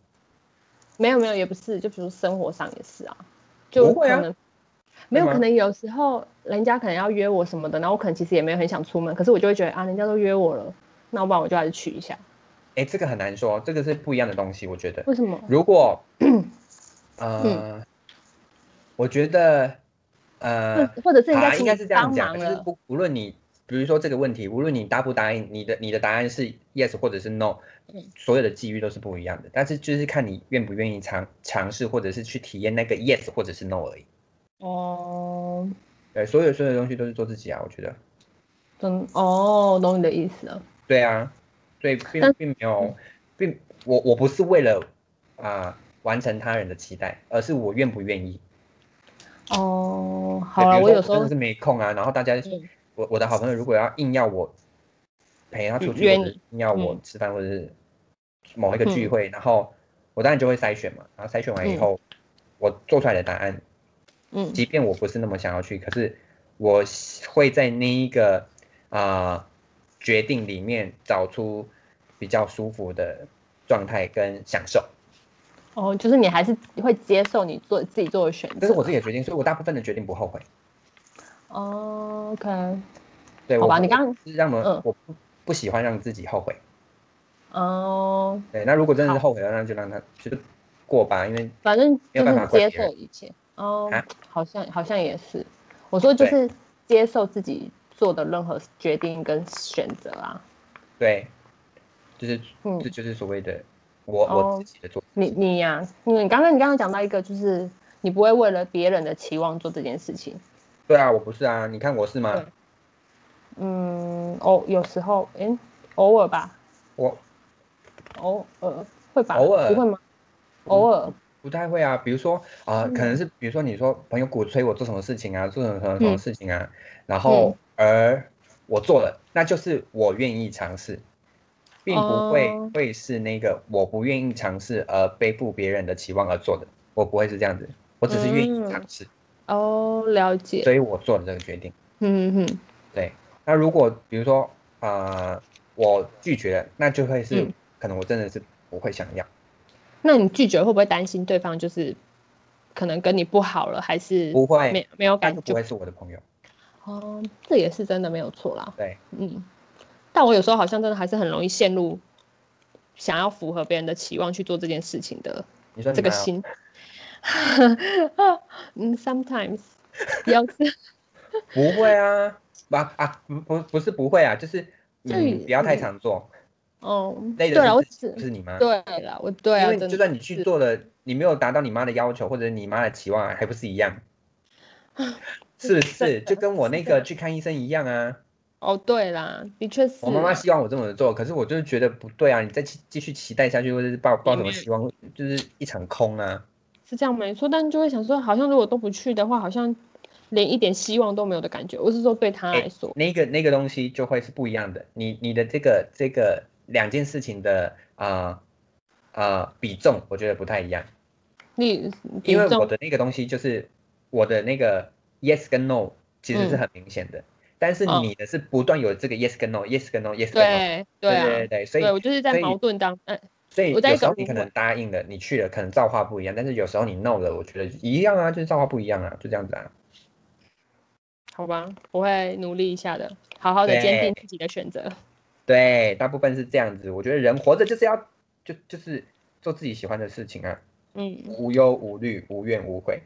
Speaker 1: 没有没有，也不是，就比如生活上也是啊，
Speaker 2: 不
Speaker 1: 就可
Speaker 2: 会啊
Speaker 1: 能、没有
Speaker 2: 会吗
Speaker 1: 可能有时候人家可能要约我什么的，然后我可能其实也没有很想出门，可是我就会觉得啊，人家都约我了，那我不然我就还是去一下，
Speaker 2: 哎、这个很难说，这个是不一样的东西，我觉得。
Speaker 1: 为什么？
Speaker 2: 如果，
Speaker 1: 嗯
Speaker 2: 呃，我觉得，呃，
Speaker 1: 或或者是人家
Speaker 2: 答
Speaker 1: 请
Speaker 2: 应该
Speaker 1: 你
Speaker 2: 是这样
Speaker 1: 帮
Speaker 2: 讲，
Speaker 1: 忙
Speaker 2: 就是
Speaker 1: 了
Speaker 2: 不无论你，比如说这个问题，无论你答不答应，你的你的答案是 yes 或者是 no，所
Speaker 1: 嗯
Speaker 2: 有的机遇都是不一样的，但是就是看你愿不愿意尝尝试，或者是去体验那个 yes 或者是 no 而已。
Speaker 1: 哦，
Speaker 2: 对，所有所有的东西都是做自己啊，我觉得。
Speaker 1: 真哦，懂你的意思了。
Speaker 2: 对啊，所以并
Speaker 1: 但
Speaker 2: 并没有，并我我不是为了啊、完成他人的期待，而是我愿不愿意。
Speaker 1: 哦，
Speaker 2: 对
Speaker 1: 好了，
Speaker 2: 比
Speaker 1: 我
Speaker 2: 如说
Speaker 1: 有时
Speaker 2: 真
Speaker 1: 候
Speaker 2: 的是没空啊，然后大家，
Speaker 1: 嗯
Speaker 2: 我我的好朋友如果要硬要我陪他出去，
Speaker 1: 约
Speaker 2: 或者
Speaker 1: 你嗯
Speaker 2: 硬要我吃饭，或者是某一个聚会，然后我当然就会筛选嘛，然后筛选完以
Speaker 1: 嗯
Speaker 2: 后，我做出来的答案，
Speaker 1: 嗯
Speaker 2: 即便我不是那么想要去，可是我会在那一个啊、呃决定里面找出比较舒服的状态跟享受，
Speaker 1: 哦，就是你还是会接受你做自己做的选择。
Speaker 2: 这是我自己的决定，所以我大部分的决定不后悔。
Speaker 1: 哦，OK，
Speaker 2: 对，
Speaker 1: 好
Speaker 2: 我
Speaker 1: 吧
Speaker 2: 不
Speaker 1: 你刚刚
Speaker 2: 是让我、
Speaker 1: 嗯
Speaker 2: 我不不喜欢让自己后悔。
Speaker 1: 哦，
Speaker 2: 对，那如果真的是
Speaker 1: 好
Speaker 2: 后悔了，那就让他就过吧，因为
Speaker 1: 反正
Speaker 2: 没有
Speaker 1: 就
Speaker 2: 办法
Speaker 1: 是
Speaker 2: 怪
Speaker 1: 接
Speaker 2: 别人
Speaker 1: 受一切。哦
Speaker 2: 啊，
Speaker 1: 好像好像也是。我说就
Speaker 2: 对
Speaker 1: 是接受自己做的任何决定跟选择啊。
Speaker 2: 对，就是
Speaker 1: 嗯
Speaker 2: 这就是所谓的我、
Speaker 1: 哦
Speaker 2: 我自己的做。
Speaker 1: 你你呀、你刚刚你刚刚讲到一个，就是你不会为了别人的期望做这件事情。
Speaker 2: 对啊，我不是啊，你看我是吗
Speaker 1: 对？嗯，偶有时候，嗯，偶尔吧，
Speaker 2: 我
Speaker 1: 偶尔会吧，
Speaker 2: 偶尔嗯
Speaker 1: 不会吗？偶尔，
Speaker 2: 不太会啊，比如说啊、可
Speaker 1: 嗯
Speaker 2: 能是比如说你说朋友鼓吹我做什么事情啊，做什么什么什么
Speaker 1: 嗯
Speaker 2: 事情啊，然后而我做了，那就是我愿意尝试，并不会
Speaker 1: 哦
Speaker 2: 会是那个我不愿意尝试而背负别人的期望而做的，我不会是这样子，我只是愿意
Speaker 1: 嗯
Speaker 2: 尝试，
Speaker 1: 哦，了解。
Speaker 2: 所以我做了这个决定。
Speaker 1: 嗯嗯嗯，
Speaker 2: 对，那如果比如说啊、呃我拒绝了，那就会是、
Speaker 1: 嗯
Speaker 2: 可能我真的是不会想要。
Speaker 1: 那你拒绝会不会担心对方就是可能跟你不好了，还是
Speaker 2: 不会
Speaker 1: 嗯没没有
Speaker 2: 那
Speaker 1: 感
Speaker 2: 就不
Speaker 1: 觉？
Speaker 2: 会是我的朋友，
Speaker 1: 哦，这也是真的没有错啦。
Speaker 2: 对，
Speaker 1: 嗯，但我有时候好像真的还是很容易陷入想要符合别人的期望去做这件事情的
Speaker 2: 你说你
Speaker 1: 这个
Speaker 2: 妈哦
Speaker 1: 心。嗯，sometimes
Speaker 2: <laughs>
Speaker 1: 要是
Speaker 2: 不会啊，不啊，不不不是不会啊，就是
Speaker 1: 就
Speaker 2: 嗯，
Speaker 1: 是
Speaker 2: 不要太
Speaker 1: 嗯
Speaker 2: 常做，
Speaker 1: 哦，
Speaker 2: 累
Speaker 1: 对
Speaker 2: 的
Speaker 1: 了，我
Speaker 2: 是
Speaker 1: 只
Speaker 2: 自己不
Speaker 1: 是
Speaker 2: 是你妈，
Speaker 1: 对了，我对啊，
Speaker 2: 因为
Speaker 1: 真
Speaker 2: 就
Speaker 1: 的
Speaker 2: 算你去
Speaker 1: 是
Speaker 2: 做了，你没有达到你妈的要求或者你妈的期望，啊还不是一样？是不是？
Speaker 1: 啊真的
Speaker 2: 就跟我那
Speaker 1: 是这
Speaker 2: 个
Speaker 1: 样
Speaker 2: 去看医生一样啊，
Speaker 1: 哦，对啦，的确是
Speaker 2: 我妈妈
Speaker 1: 啊
Speaker 2: 希望我这么做，可是我就是觉得不对啊，你再继继续期待下去，或者是抱抱什么
Speaker 1: 没
Speaker 2: 希望，就是一场空啊。
Speaker 1: 是这样没错，但就会想说，好像如果都不去的话，好像连一点希望都没有的感觉。我是说对他
Speaker 2: 哎
Speaker 1: 来说，
Speaker 2: 那个那个东西就会是不一样的。你你的这个这个两件事情的啊啊、比重，我觉得不太一样。
Speaker 1: 你比
Speaker 2: 因为
Speaker 1: 如这
Speaker 2: 我
Speaker 1: 种
Speaker 2: 的那个东西就是我的那个 yes 跟 no 其实是很明显的，但是
Speaker 1: 嗯哦
Speaker 2: 你的是不断有这个 yes 跟 no，yes 跟 no，yes 跟 no，
Speaker 1: 对
Speaker 2: 对
Speaker 1: 对啊，
Speaker 2: 对对，所以
Speaker 1: 对我就是在
Speaker 2: 所以
Speaker 1: 矛盾当，哎，
Speaker 2: 所以
Speaker 1: 我在
Speaker 2: 有时候
Speaker 1: 一个
Speaker 2: 你可
Speaker 1: 误会
Speaker 2: 能答应了，你去了，可能造化不一样，但是有时候你 no 了，我觉得一样啊，就是造化不一样啊，就这样子啊。
Speaker 1: 好吧，我会努力一下的，好好的
Speaker 2: 对
Speaker 1: 坚定自己的选择。
Speaker 2: 对，大部分是这样子，我觉得人活着就是要就就是做自己喜欢的事情啊，
Speaker 1: 嗯，
Speaker 2: 无忧无虑，无怨无悔。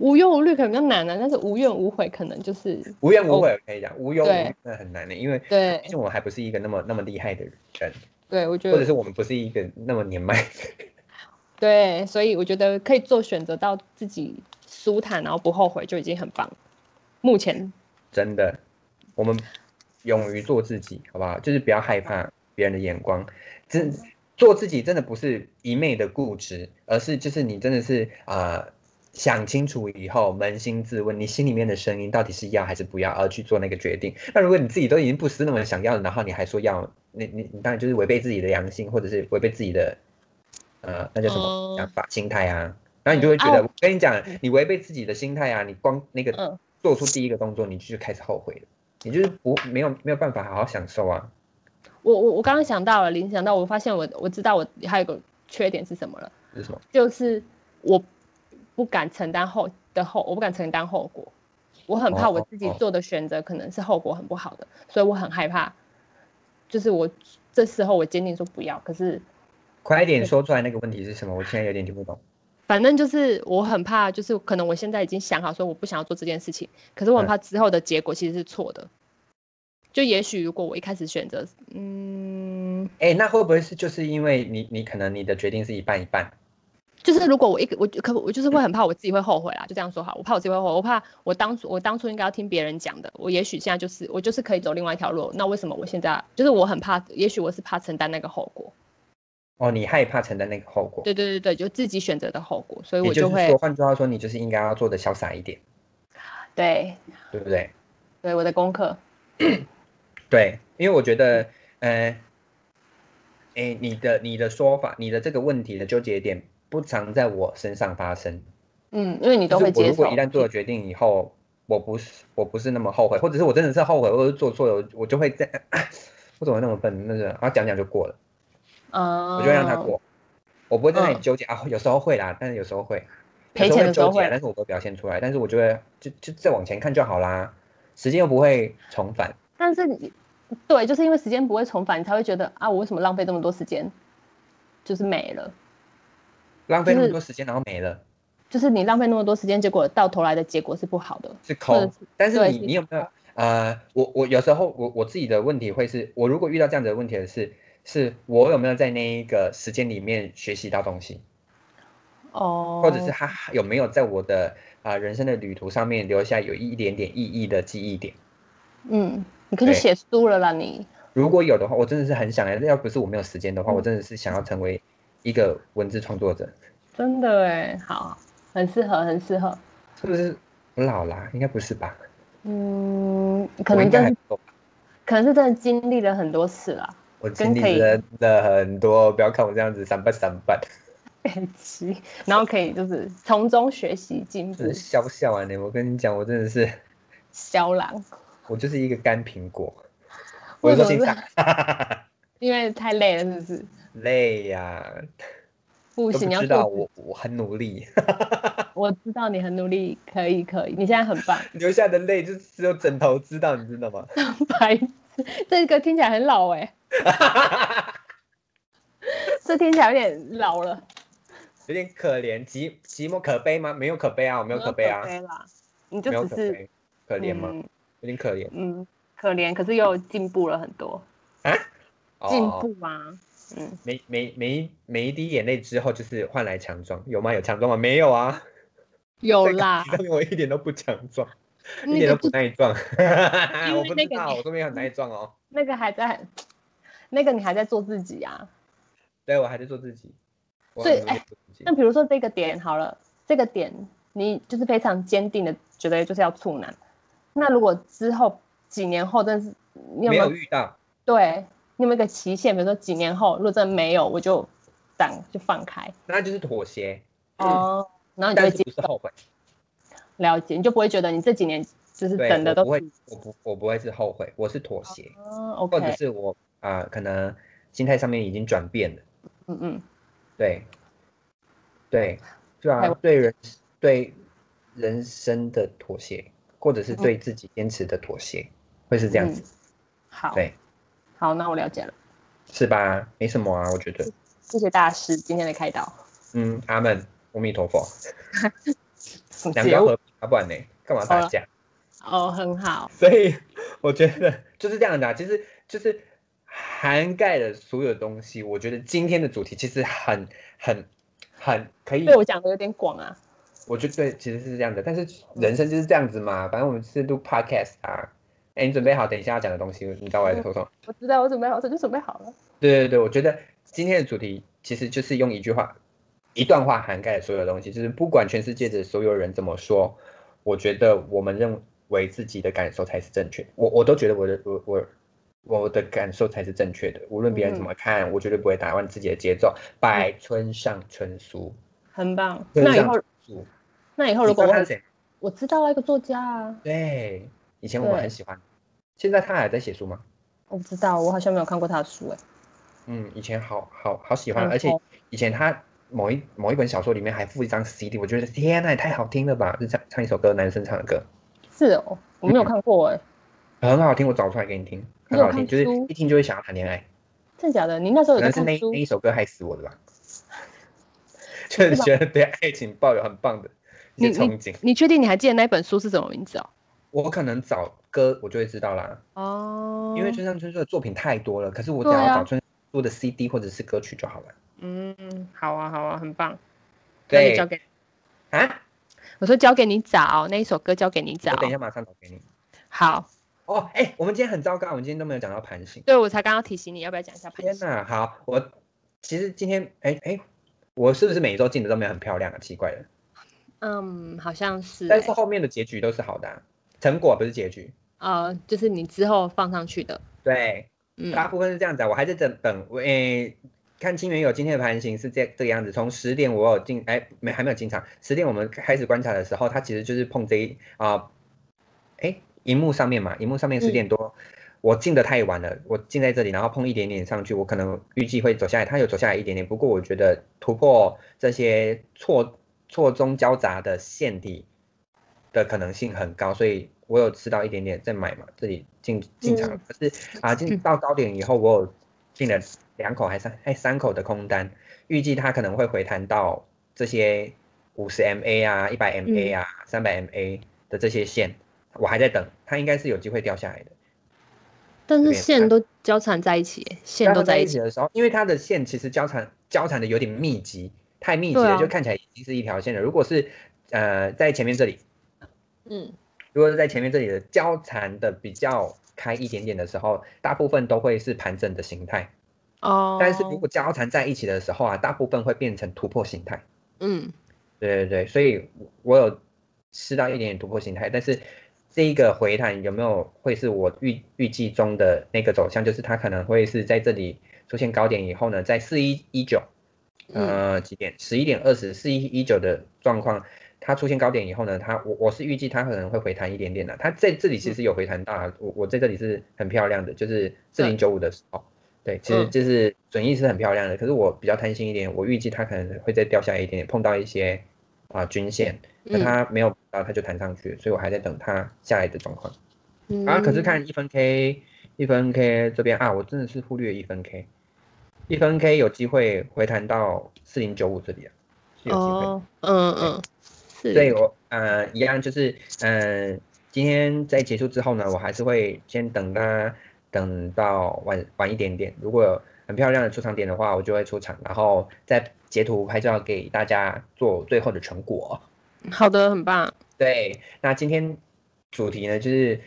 Speaker 1: 无忧无虑可能比较难啊，但是无怨无悔可能就是
Speaker 2: 无怨无
Speaker 1: 哦
Speaker 2: 悔，我跟你讲，无忧无
Speaker 1: 对
Speaker 2: 虑真的很难的，欸因为
Speaker 1: 对
Speaker 2: 毕竟我们还不是一个那么那么厉害的人。
Speaker 1: 对我觉
Speaker 2: 或者
Speaker 1: 得
Speaker 2: 是我们不是一个那么年迈，
Speaker 1: 对，所以我觉得可以做选择到自己舒坦，然后不后悔就已经很棒了。目前
Speaker 2: 真的，我们勇于做自己，好不好？就是不要害怕别人的眼光，真做自己真的不是一昧的固执，而是就是你真的是啊、呃想清楚以后，扪心自问，你心里面的声音到底是要还是不要，而去做那个决定。那如果你自己都已经不是那么想要了，然后你还说要，你你你当然就是违背自己的良心，或者是违背自己的，呃，那叫什么
Speaker 1: 哦
Speaker 2: 想法、心态啊。然后你就会觉得，
Speaker 1: 哦
Speaker 2: 我跟你讲，你违背自己的心态啊，你光那个
Speaker 1: 嗯，
Speaker 2: 做出第一个动作，你就开始后悔了，你就是不没有没有办法好好享受啊。
Speaker 1: 我我我刚刚想到了，临时想到，我发现我我知道我还有个缺点是什么了，
Speaker 2: 是什么？
Speaker 1: 就是我不敢承担后的后，我不敢承担后果，我很怕
Speaker 2: 哦
Speaker 1: 我
Speaker 2: 哦
Speaker 1: 自己
Speaker 2: 哦
Speaker 1: 做的选择可能是后果很不好的，所以我很害怕，就是我这时候我坚定说不要，可是
Speaker 2: 快一点说出来那个问题是什么？我现在有点听不懂。
Speaker 1: 反正就是我很怕，就是可能我现在已经想好说我不想要做这件事情，可是我很
Speaker 2: 嗯
Speaker 1: 怕之后的结果其实是错的。就也许如果我一开始选择，嗯，
Speaker 2: 哎、那会不会是就是因为你你可能你的决定是一半一半？
Speaker 1: 就是如果我一个我可不我就是
Speaker 2: 嗯
Speaker 1: 会很怕我自己会后悔啦，就这样说好，我怕我自己会后悔，我怕我当初我当初应该要听别人讲的，我也许现在就是我就是可以走另外一条路，那为什么我现在就是我很怕，也许我是怕承担那个后果，
Speaker 2: 哦，你害怕承担那个后果。
Speaker 1: 对对对对，就自己选择的后果，所以
Speaker 2: 也
Speaker 1: 我
Speaker 2: 就
Speaker 1: 会
Speaker 2: 是说，换句话说，你就是应该要做的潇洒一点，
Speaker 1: 对
Speaker 2: 对不对？
Speaker 1: 对我的功课，
Speaker 2: 对，因为我觉得，呃，哎，你的你的说法，你的这个问题的纠结点，不常在我身上发生。
Speaker 1: 嗯，因为你都
Speaker 2: 就是
Speaker 1: 会
Speaker 2: 我
Speaker 1: 接
Speaker 2: 如
Speaker 1: 受
Speaker 2: 果一，旦做了决定以后，我不是我不是那么后悔，或者是我真的是后悔，或者是做错了，我我就会在， <coughs> 我怎么会那么笨？那个，然后讲讲就过了，
Speaker 1: 嗯，
Speaker 2: 我就会让他过，我不会在那里
Speaker 1: 嗯
Speaker 2: 纠结、啊。有时候会啦，但是有时候会
Speaker 1: 赔
Speaker 2: 有
Speaker 1: 钱的时候
Speaker 2: 纠结
Speaker 1: 会
Speaker 2: 但是我不会表现出来，但是我就会就就再往前看就好啦，时间又不会重返。
Speaker 1: 但是你对，就是因为时间不会重返，你才会觉得啊，我为什么浪费这么多时间？就是没了，
Speaker 2: 浪费
Speaker 1: 就
Speaker 2: 那么
Speaker 1: 是
Speaker 2: 多时间，然后没了，
Speaker 1: 就是你浪费那么多时间，结果到头来的结果是不好的。
Speaker 2: 是
Speaker 1: 或
Speaker 2: 空
Speaker 1: 者。
Speaker 2: 但是
Speaker 1: 对
Speaker 2: 你
Speaker 1: 是
Speaker 2: 你有没有呃，我我有时候我我自己的问题会是，我如果遇到这样子的问题的是，是我有没有在那一个时间里面学习到东西，
Speaker 1: 哦，
Speaker 2: 或者是他有没有在我的啊、呃人生的旅途上面留下有一点点意义的记忆点？
Speaker 1: 嗯，你可以去
Speaker 2: 对
Speaker 1: 写书了啦，你
Speaker 2: 如果有的话，我真的是很想要。要不是我没有时间的话，
Speaker 1: 嗯
Speaker 2: 我真的是想要成为一个文字创作者，
Speaker 1: 真的哎，好，很适合，很适合。
Speaker 2: 是不是？我老啦，应该不是吧？
Speaker 1: 嗯，可
Speaker 2: 我
Speaker 1: 能
Speaker 2: 应该
Speaker 1: 真
Speaker 2: 还
Speaker 1: 是
Speaker 2: 不够吧。
Speaker 1: 可能是真的经历了很多事 <laughs> 啦，
Speaker 2: 我经历
Speaker 1: 可以
Speaker 2: 真的很多，不要看我这样子三八三八，
Speaker 1: 北极，然后可以就是从中学习进步
Speaker 2: 真，是笑不笑啊你！我跟你讲，我真的是，
Speaker 1: 肖郎，
Speaker 2: 我就是一个干苹果。我
Speaker 1: 为
Speaker 2: 说
Speaker 1: 什
Speaker 2: 欣
Speaker 1: 么
Speaker 2: 赏
Speaker 1: 是？因为太累了，是不是？
Speaker 2: 累呀、
Speaker 1: 不
Speaker 2: 都
Speaker 1: 行，
Speaker 2: 不
Speaker 1: 你要
Speaker 2: 知
Speaker 1: 做
Speaker 2: 道
Speaker 1: 自己
Speaker 2: 我我很努力，
Speaker 1: <laughs>
Speaker 2: <laughs>
Speaker 1: 我知道你很努力，可以可以，你现在很棒， <laughs>
Speaker 2: 留下的泪就只有枕头知道，你知道吗？ <laughs>
Speaker 1: 白痴，这个听起来很老哎、这听起来有点老了，
Speaker 2: 有点可怜，寂寂寞可悲吗？没有可悲啊，我没
Speaker 1: 没
Speaker 2: 有可悲啊，
Speaker 1: 啦，你就
Speaker 2: 没有
Speaker 1: 只
Speaker 2: 可
Speaker 1: 是
Speaker 2: 悲，可怜吗？
Speaker 1: 嗯
Speaker 2: 有点可怜
Speaker 1: 嗯，可怜，可是又进步了很多，
Speaker 2: 哦
Speaker 1: 进步啊，嗯，
Speaker 2: 每每每一每一滴眼泪之后，就是换来强壮，有吗？有强壮吗？没有啊，
Speaker 1: 有啦，
Speaker 2: 你认为我一点都不强壮，一
Speaker 1: 那
Speaker 2: 点
Speaker 1: 个
Speaker 2: 都不
Speaker 1: 就
Speaker 2: 耐撞，
Speaker 1: 因
Speaker 2: <laughs> 我
Speaker 1: 为
Speaker 2: 不
Speaker 1: 那
Speaker 2: 知
Speaker 1: 个
Speaker 2: 道，
Speaker 1: 你
Speaker 2: 我都没有很耐撞哦。
Speaker 1: 那个还在，那个你还在做自己啊。
Speaker 2: 对，我还在做自己，我
Speaker 1: 所以哎
Speaker 2: 还在做自己
Speaker 1: 那。比如说这个点好了，这个点你就是非常坚定的觉得就是要处男，那如果之后几年后真的是你有没
Speaker 2: 没
Speaker 1: 有
Speaker 2: 有遇到，
Speaker 1: 对，你有没有一个期限？比如说几年后，如果真的没有，我就挡就放开
Speaker 2: 那就是妥协，
Speaker 1: 哦，然后你就
Speaker 2: 但
Speaker 1: 会
Speaker 2: 是
Speaker 1: 接
Speaker 2: 不是后悔？
Speaker 1: 了解，你就不会觉得你这几年就是
Speaker 2: 对，
Speaker 1: 等的
Speaker 2: 我
Speaker 1: 都
Speaker 2: 不会，我不我不会是后悔，我是妥协，
Speaker 1: 嗯
Speaker 2: 或者
Speaker 1: ，OK，
Speaker 2: 是我啊、呃可能心态上面已经转变了。
Speaker 1: 嗯嗯，
Speaker 2: 对，对，对
Speaker 1: 还
Speaker 2: 啊
Speaker 1: 有，
Speaker 2: 对人对人生的妥协，或者是对
Speaker 1: 嗯
Speaker 2: 自己坚持的妥协，会是这样子，
Speaker 1: 好，
Speaker 2: 对，
Speaker 1: 好，那我了解了，
Speaker 2: 是吧？没什么啊，我觉得，
Speaker 1: 谢谢大师今天的开导，
Speaker 2: 嗯，阿门，阿弥陀佛，
Speaker 1: 什么
Speaker 2: 两
Speaker 1: 结
Speaker 2: 个
Speaker 1: 尾
Speaker 2: 合璧啊，不然呢，干嘛
Speaker 1: 呃
Speaker 2: 打架？
Speaker 1: 哦，很好，
Speaker 2: 所以我觉得就是这样的、啊，其实就是涵盖了所有东西。我觉得今天的主题其实很很很可以
Speaker 1: 被我讲的有点广啊，
Speaker 2: 我觉得对，其实是这样的，但是人生就是这样子嘛。反正我们是录 podcast 啊。哎，你准备好等一下要讲的东西，你知道我在说什么？
Speaker 1: 我知道我准备好，早就准备好了，
Speaker 2: 对对对，我觉得今天的主题其实就是用一句话，一段话涵盖了所有东西，就是不管全世界的所有人怎么说，我觉得我们认为自己的感受才是正确。我我都觉得我的我我我的感受才是正确的，无论别
Speaker 1: 嗯
Speaker 2: 人怎么看，我绝对不会打乱自己的节奏。百村上春树，
Speaker 1: 很棒。
Speaker 2: 村
Speaker 1: 那以
Speaker 2: 上
Speaker 1: 后
Speaker 2: 春，树，
Speaker 1: 那以后如果我
Speaker 2: 你知道他是谁？
Speaker 1: 我知道啊，一个作家啊，
Speaker 2: 对，以前我
Speaker 1: 对
Speaker 2: 很喜欢，现在他还在写书吗？
Speaker 1: 我不知道，我好像没有看过他的书哎、
Speaker 2: 嗯，以前好好好喜欢，
Speaker 1: 然
Speaker 2: 而且
Speaker 1: 后
Speaker 2: 以前他某一某一本小说里面还附一张 CD，我觉得天呐，也太好听了吧！就唱唱一首歌，男生唱的歌，
Speaker 1: 是哦，我没有看过哎、
Speaker 2: <laughs> 很好听，我找出来给你听，
Speaker 1: 你
Speaker 2: 很
Speaker 1: 有
Speaker 2: 好听，
Speaker 1: 看
Speaker 2: 就是
Speaker 1: 书
Speaker 2: 一听就会想要谈恋爱。
Speaker 1: 真假的？你那时候
Speaker 2: 可
Speaker 1: 有在
Speaker 2: 能是
Speaker 1: 看
Speaker 2: 那
Speaker 1: 书
Speaker 2: 那？一首歌害死我的吧， <laughs> 就是
Speaker 1: 是吧
Speaker 2: 觉得对爱情抱有很棒的一些
Speaker 1: 你
Speaker 2: 憧憬。
Speaker 1: 你确定你还记得那本书是什么名字哦？
Speaker 2: 我可能找歌我就会知道啦，
Speaker 1: 哦，
Speaker 2: 因为村上春树的作品太多了，可是我只
Speaker 1: 对
Speaker 2: 要
Speaker 1: 啊
Speaker 2: 找村上春树的 CD 或者是歌曲就好了。
Speaker 1: 嗯，好啊，好啊，很棒。那就
Speaker 2: 对
Speaker 1: 交给
Speaker 2: 啊，
Speaker 1: 我说交给你找那一首歌，交给你找
Speaker 2: 我。等一下马上找给你。
Speaker 1: 好，
Speaker 2: 哦，哎、我们今天很糟糕，我们今天都没有讲到盘行。
Speaker 1: 对我才刚刚提醒你要不要讲一下盘
Speaker 2: 天
Speaker 1: 星？
Speaker 2: 呐，好，我其实今天，哎、哎、我是不是每一周进的都没有很漂亮啊？奇怪了，
Speaker 1: 嗯，好像是、
Speaker 2: 但是
Speaker 1: 欸
Speaker 2: 后面的结局都是好的啊、成果不是结局。
Speaker 1: 呃，就是你之后放上去的。
Speaker 2: 对，
Speaker 1: 嗯，
Speaker 2: 大部分是这样子啊。我还在等等，我、哎看清源有今天的盘形是这这个样子。从十点我有进，哎、没还没有进场。十点我们开始观察的时候，它其实就是碰这一啊，哎、荧幕上面嘛，荧幕上面十点多。我进的太晚了，我进在这里，然后碰一点点上去，我可能预计会走下来，它有走下来一点点，不过我觉得突破这些错错综交杂的线体的可能性很高，所以我有吃到一点点再买嘛，这里进进场了，可是啊进到高点以后，我有进了两口还三还哎三口的空单，预计它可能会回弹到这些五十 MA 啊、一百 MA 啊、三百 MA 的这些线，我还在等，它应该是有机会掉下来的。
Speaker 1: 但
Speaker 2: 这
Speaker 1: 是
Speaker 2: 边啊
Speaker 1: 线都交缠在一起欸，线
Speaker 2: 交
Speaker 1: 都
Speaker 2: 缠在
Speaker 1: 在一
Speaker 2: 一
Speaker 1: 起。
Speaker 2: 起的时候，因为它的线其实交缠交缠的有点密集，太密集
Speaker 1: 对
Speaker 2: 了，
Speaker 1: 啊
Speaker 2: 就看起来已经是一条线了。如果是呃在前面这里，
Speaker 1: 嗯，
Speaker 2: 如果是在前面这里的交缠的比较开一点点的时候，大部分都会是盘整的形态。
Speaker 1: 哦，
Speaker 2: 但是如果交缠在一起的时候啊，大部分会变成突破形态。
Speaker 1: 嗯，
Speaker 2: 对对对，所以我我有吃到一点点突破形态，但是这一个回弹有没有会是我预预计中的那个走向？就是它可能会是在这里出现高点以后呢，在四一一九，呃，几点？十一点二十，四一一九的状况，它出现高点以后呢，它我我是预计它可能会回弹一点点的。它在这里其实有回弹到啊，我我在这里是很漂亮的，就是四零九五的时候。对，其实
Speaker 1: 嗯
Speaker 2: 就是准翼是很漂亮的，可是我比较贪心一点，我预计它可能会再掉下来一点点，碰到一些啊、均线，那
Speaker 1: 嗯
Speaker 2: 它没有到，它就弹上去，所以我还在等它下来的状况。
Speaker 1: 嗯
Speaker 2: 啊，可是看一分 K，一分 K 这边啊，我真的是忽略一分 K，一分 K 有机会回弹到四零九五这里啊，是有机会。
Speaker 1: 哦，嗯嗯，是，
Speaker 2: 所以我呃一样就是嗯、呃，今天在结束之后呢，我还是会先等它等到晚晚一点点，如果有很漂亮的出场点的话，我就会出场，然后再截图拍照给大家做最后的成果。
Speaker 1: 好的，很棒。
Speaker 2: 对，那今天主题呢，就是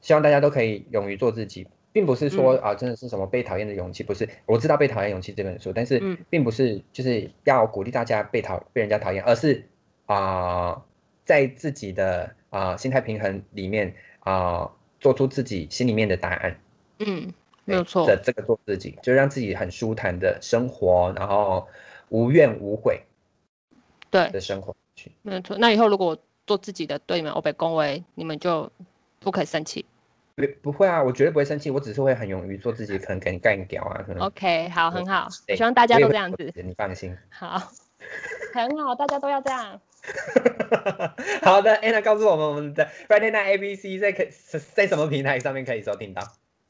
Speaker 2: 希望大家都可以勇于做自己，并不是
Speaker 1: 嗯
Speaker 2: 说、啊，真的是什么被讨厌的勇气，不是。我知道《被讨厌勇气》这本书，但是
Speaker 1: 嗯
Speaker 2: 并不是就是要鼓励大家被讨被人家讨厌，而是啊、在自己的啊、心态平衡里面啊、做出自己心里面的答案。
Speaker 1: 嗯，
Speaker 2: 对
Speaker 1: 没有错
Speaker 2: 的。这个做自己，就让自己很舒坦的生活，然后无怨无悔
Speaker 1: 对，
Speaker 2: 的生活去。
Speaker 1: 没有错。那以后如果我做自己的对你们欧北恭维，你们就不可以生气。
Speaker 2: 不不会啊，我绝对不会生气，我只是会很勇于做自己，可能给你干掉啊，可能
Speaker 1: OK，好，
Speaker 2: 对
Speaker 1: 很好。我
Speaker 2: 对
Speaker 1: 希望哦大家
Speaker 2: 我也
Speaker 1: 都
Speaker 2: 会
Speaker 1: 这样
Speaker 2: 做
Speaker 1: 子
Speaker 2: 自。己，你放心。 <laughs>
Speaker 1: 好，很好，大家都要这样。
Speaker 2: 好的，Anna 告诉我们我们的 Friday Night ABC 在可在什么平台上面可以收听到？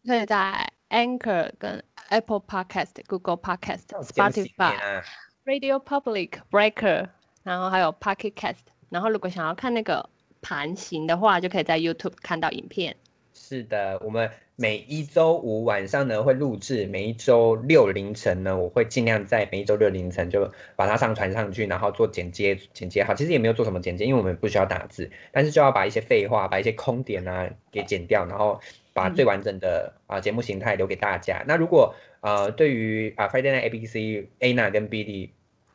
Speaker 1: 可以在 Anchor 跟 Apple Podcast、Google Podcast、
Speaker 2: 节目时间
Speaker 1: Spotify、
Speaker 2: 啊，
Speaker 1: Radio Public、Breaker，然后还有 Pocket Cast。然后如果想要看那个盘形的话，就可以在 YouTube 看到影片。
Speaker 2: 是的，我们每一周五晚上呢会录制，每一周六凌晨呢，我会尽量在每一周六凌晨就把它上传上去，然后做剪接，剪接好。其实也没有做什么剪接，因为我们不需要打字，但是就要把一些废话、把一些空点啊给剪掉，然后把最完整的啊、节目形态留给大家。那如果呃对于啊、Friday Night ABC Anna 跟 Billy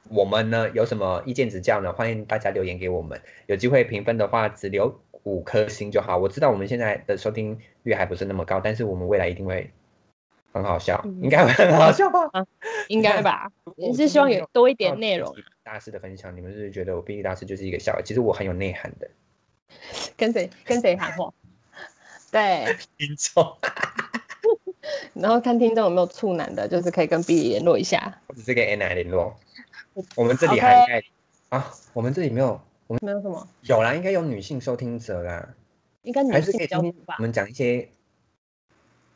Speaker 2: 我们呢有什么意见指教呢？欢迎大家留言给我们。有机会评分的话，只留五颗星就好。我知道我们现在的收听率还不是那么高，但是我们未来一定会很好笑，
Speaker 1: 嗯
Speaker 2: 应该会很好笑吧？
Speaker 1: 应该 <laughs> 吧？你是希望有多一点内容，
Speaker 2: 大师的分享，你们是不是觉得我毕业大师就是一个小孩？其实我很有内涵的
Speaker 1: 跟谁跟谁喊话？ <laughs> 对，
Speaker 2: 听众，
Speaker 1: 然后看听众有没有处男的，就是可以跟 B 联络一下。
Speaker 2: 我只是跟 Anna 联络。我们这里
Speaker 1: OK
Speaker 2: 涵盖啊，我们这里没有
Speaker 1: 没有什么，
Speaker 2: 有啦，应该有女性收听者啦，
Speaker 1: 应该女
Speaker 2: 还是
Speaker 1: 性
Speaker 2: 可
Speaker 1: 比
Speaker 2: 以
Speaker 1: 较
Speaker 2: 听
Speaker 1: 多
Speaker 2: 听
Speaker 1: 吧
Speaker 2: 我？们讲一些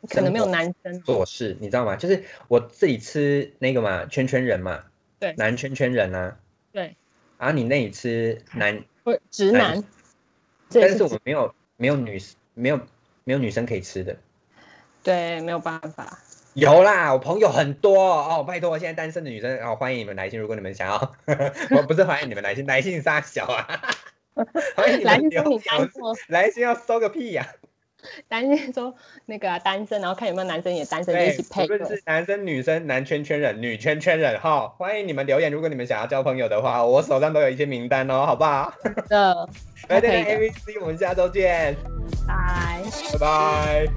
Speaker 1: 可能没有男生。
Speaker 2: 做事，你知道吗？就是我自己吃那个嘛，圈圈人嘛，
Speaker 1: 对
Speaker 2: 男圈圈人啊，
Speaker 1: 对，
Speaker 2: 然后你那里吃男，
Speaker 1: 会直男，这也
Speaker 2: 哎
Speaker 1: 嗯是
Speaker 2: 但是我
Speaker 1: 直
Speaker 2: 们没有没有女没有没有女生可以吃的，
Speaker 1: 对，没有办法。
Speaker 2: 有啦，我朋友很多哦，拜托，现在单身的女生哦，欢迎你们来信，如果你们想要， <laughs> 我不是欢迎你们来信，来信杀小啊， <laughs> 欢迎你
Speaker 1: 来
Speaker 2: 们
Speaker 1: 信说
Speaker 2: 留
Speaker 1: 你
Speaker 2: 言
Speaker 1: 难，过，
Speaker 2: 来信要收个屁呀、啊
Speaker 1: 担心说那个啊单身，然后看有没有男生也单身，就
Speaker 2: 对，
Speaker 1: 一起配
Speaker 2: 哎无
Speaker 1: 合。
Speaker 2: 论是男生、女生、男圈圈人、女圈圈人哈，欢迎你们留言。如果你们想要交朋友的话，我手上都有一些名单哦，好不
Speaker 1: <laughs>
Speaker 2: 好？
Speaker 1: 的，
Speaker 2: 来，
Speaker 1: 可
Speaker 2: 这
Speaker 1: 以
Speaker 2: 边
Speaker 1: 的
Speaker 2: A V C，我们下周见，
Speaker 1: 拜。
Speaker 2: 拜拜。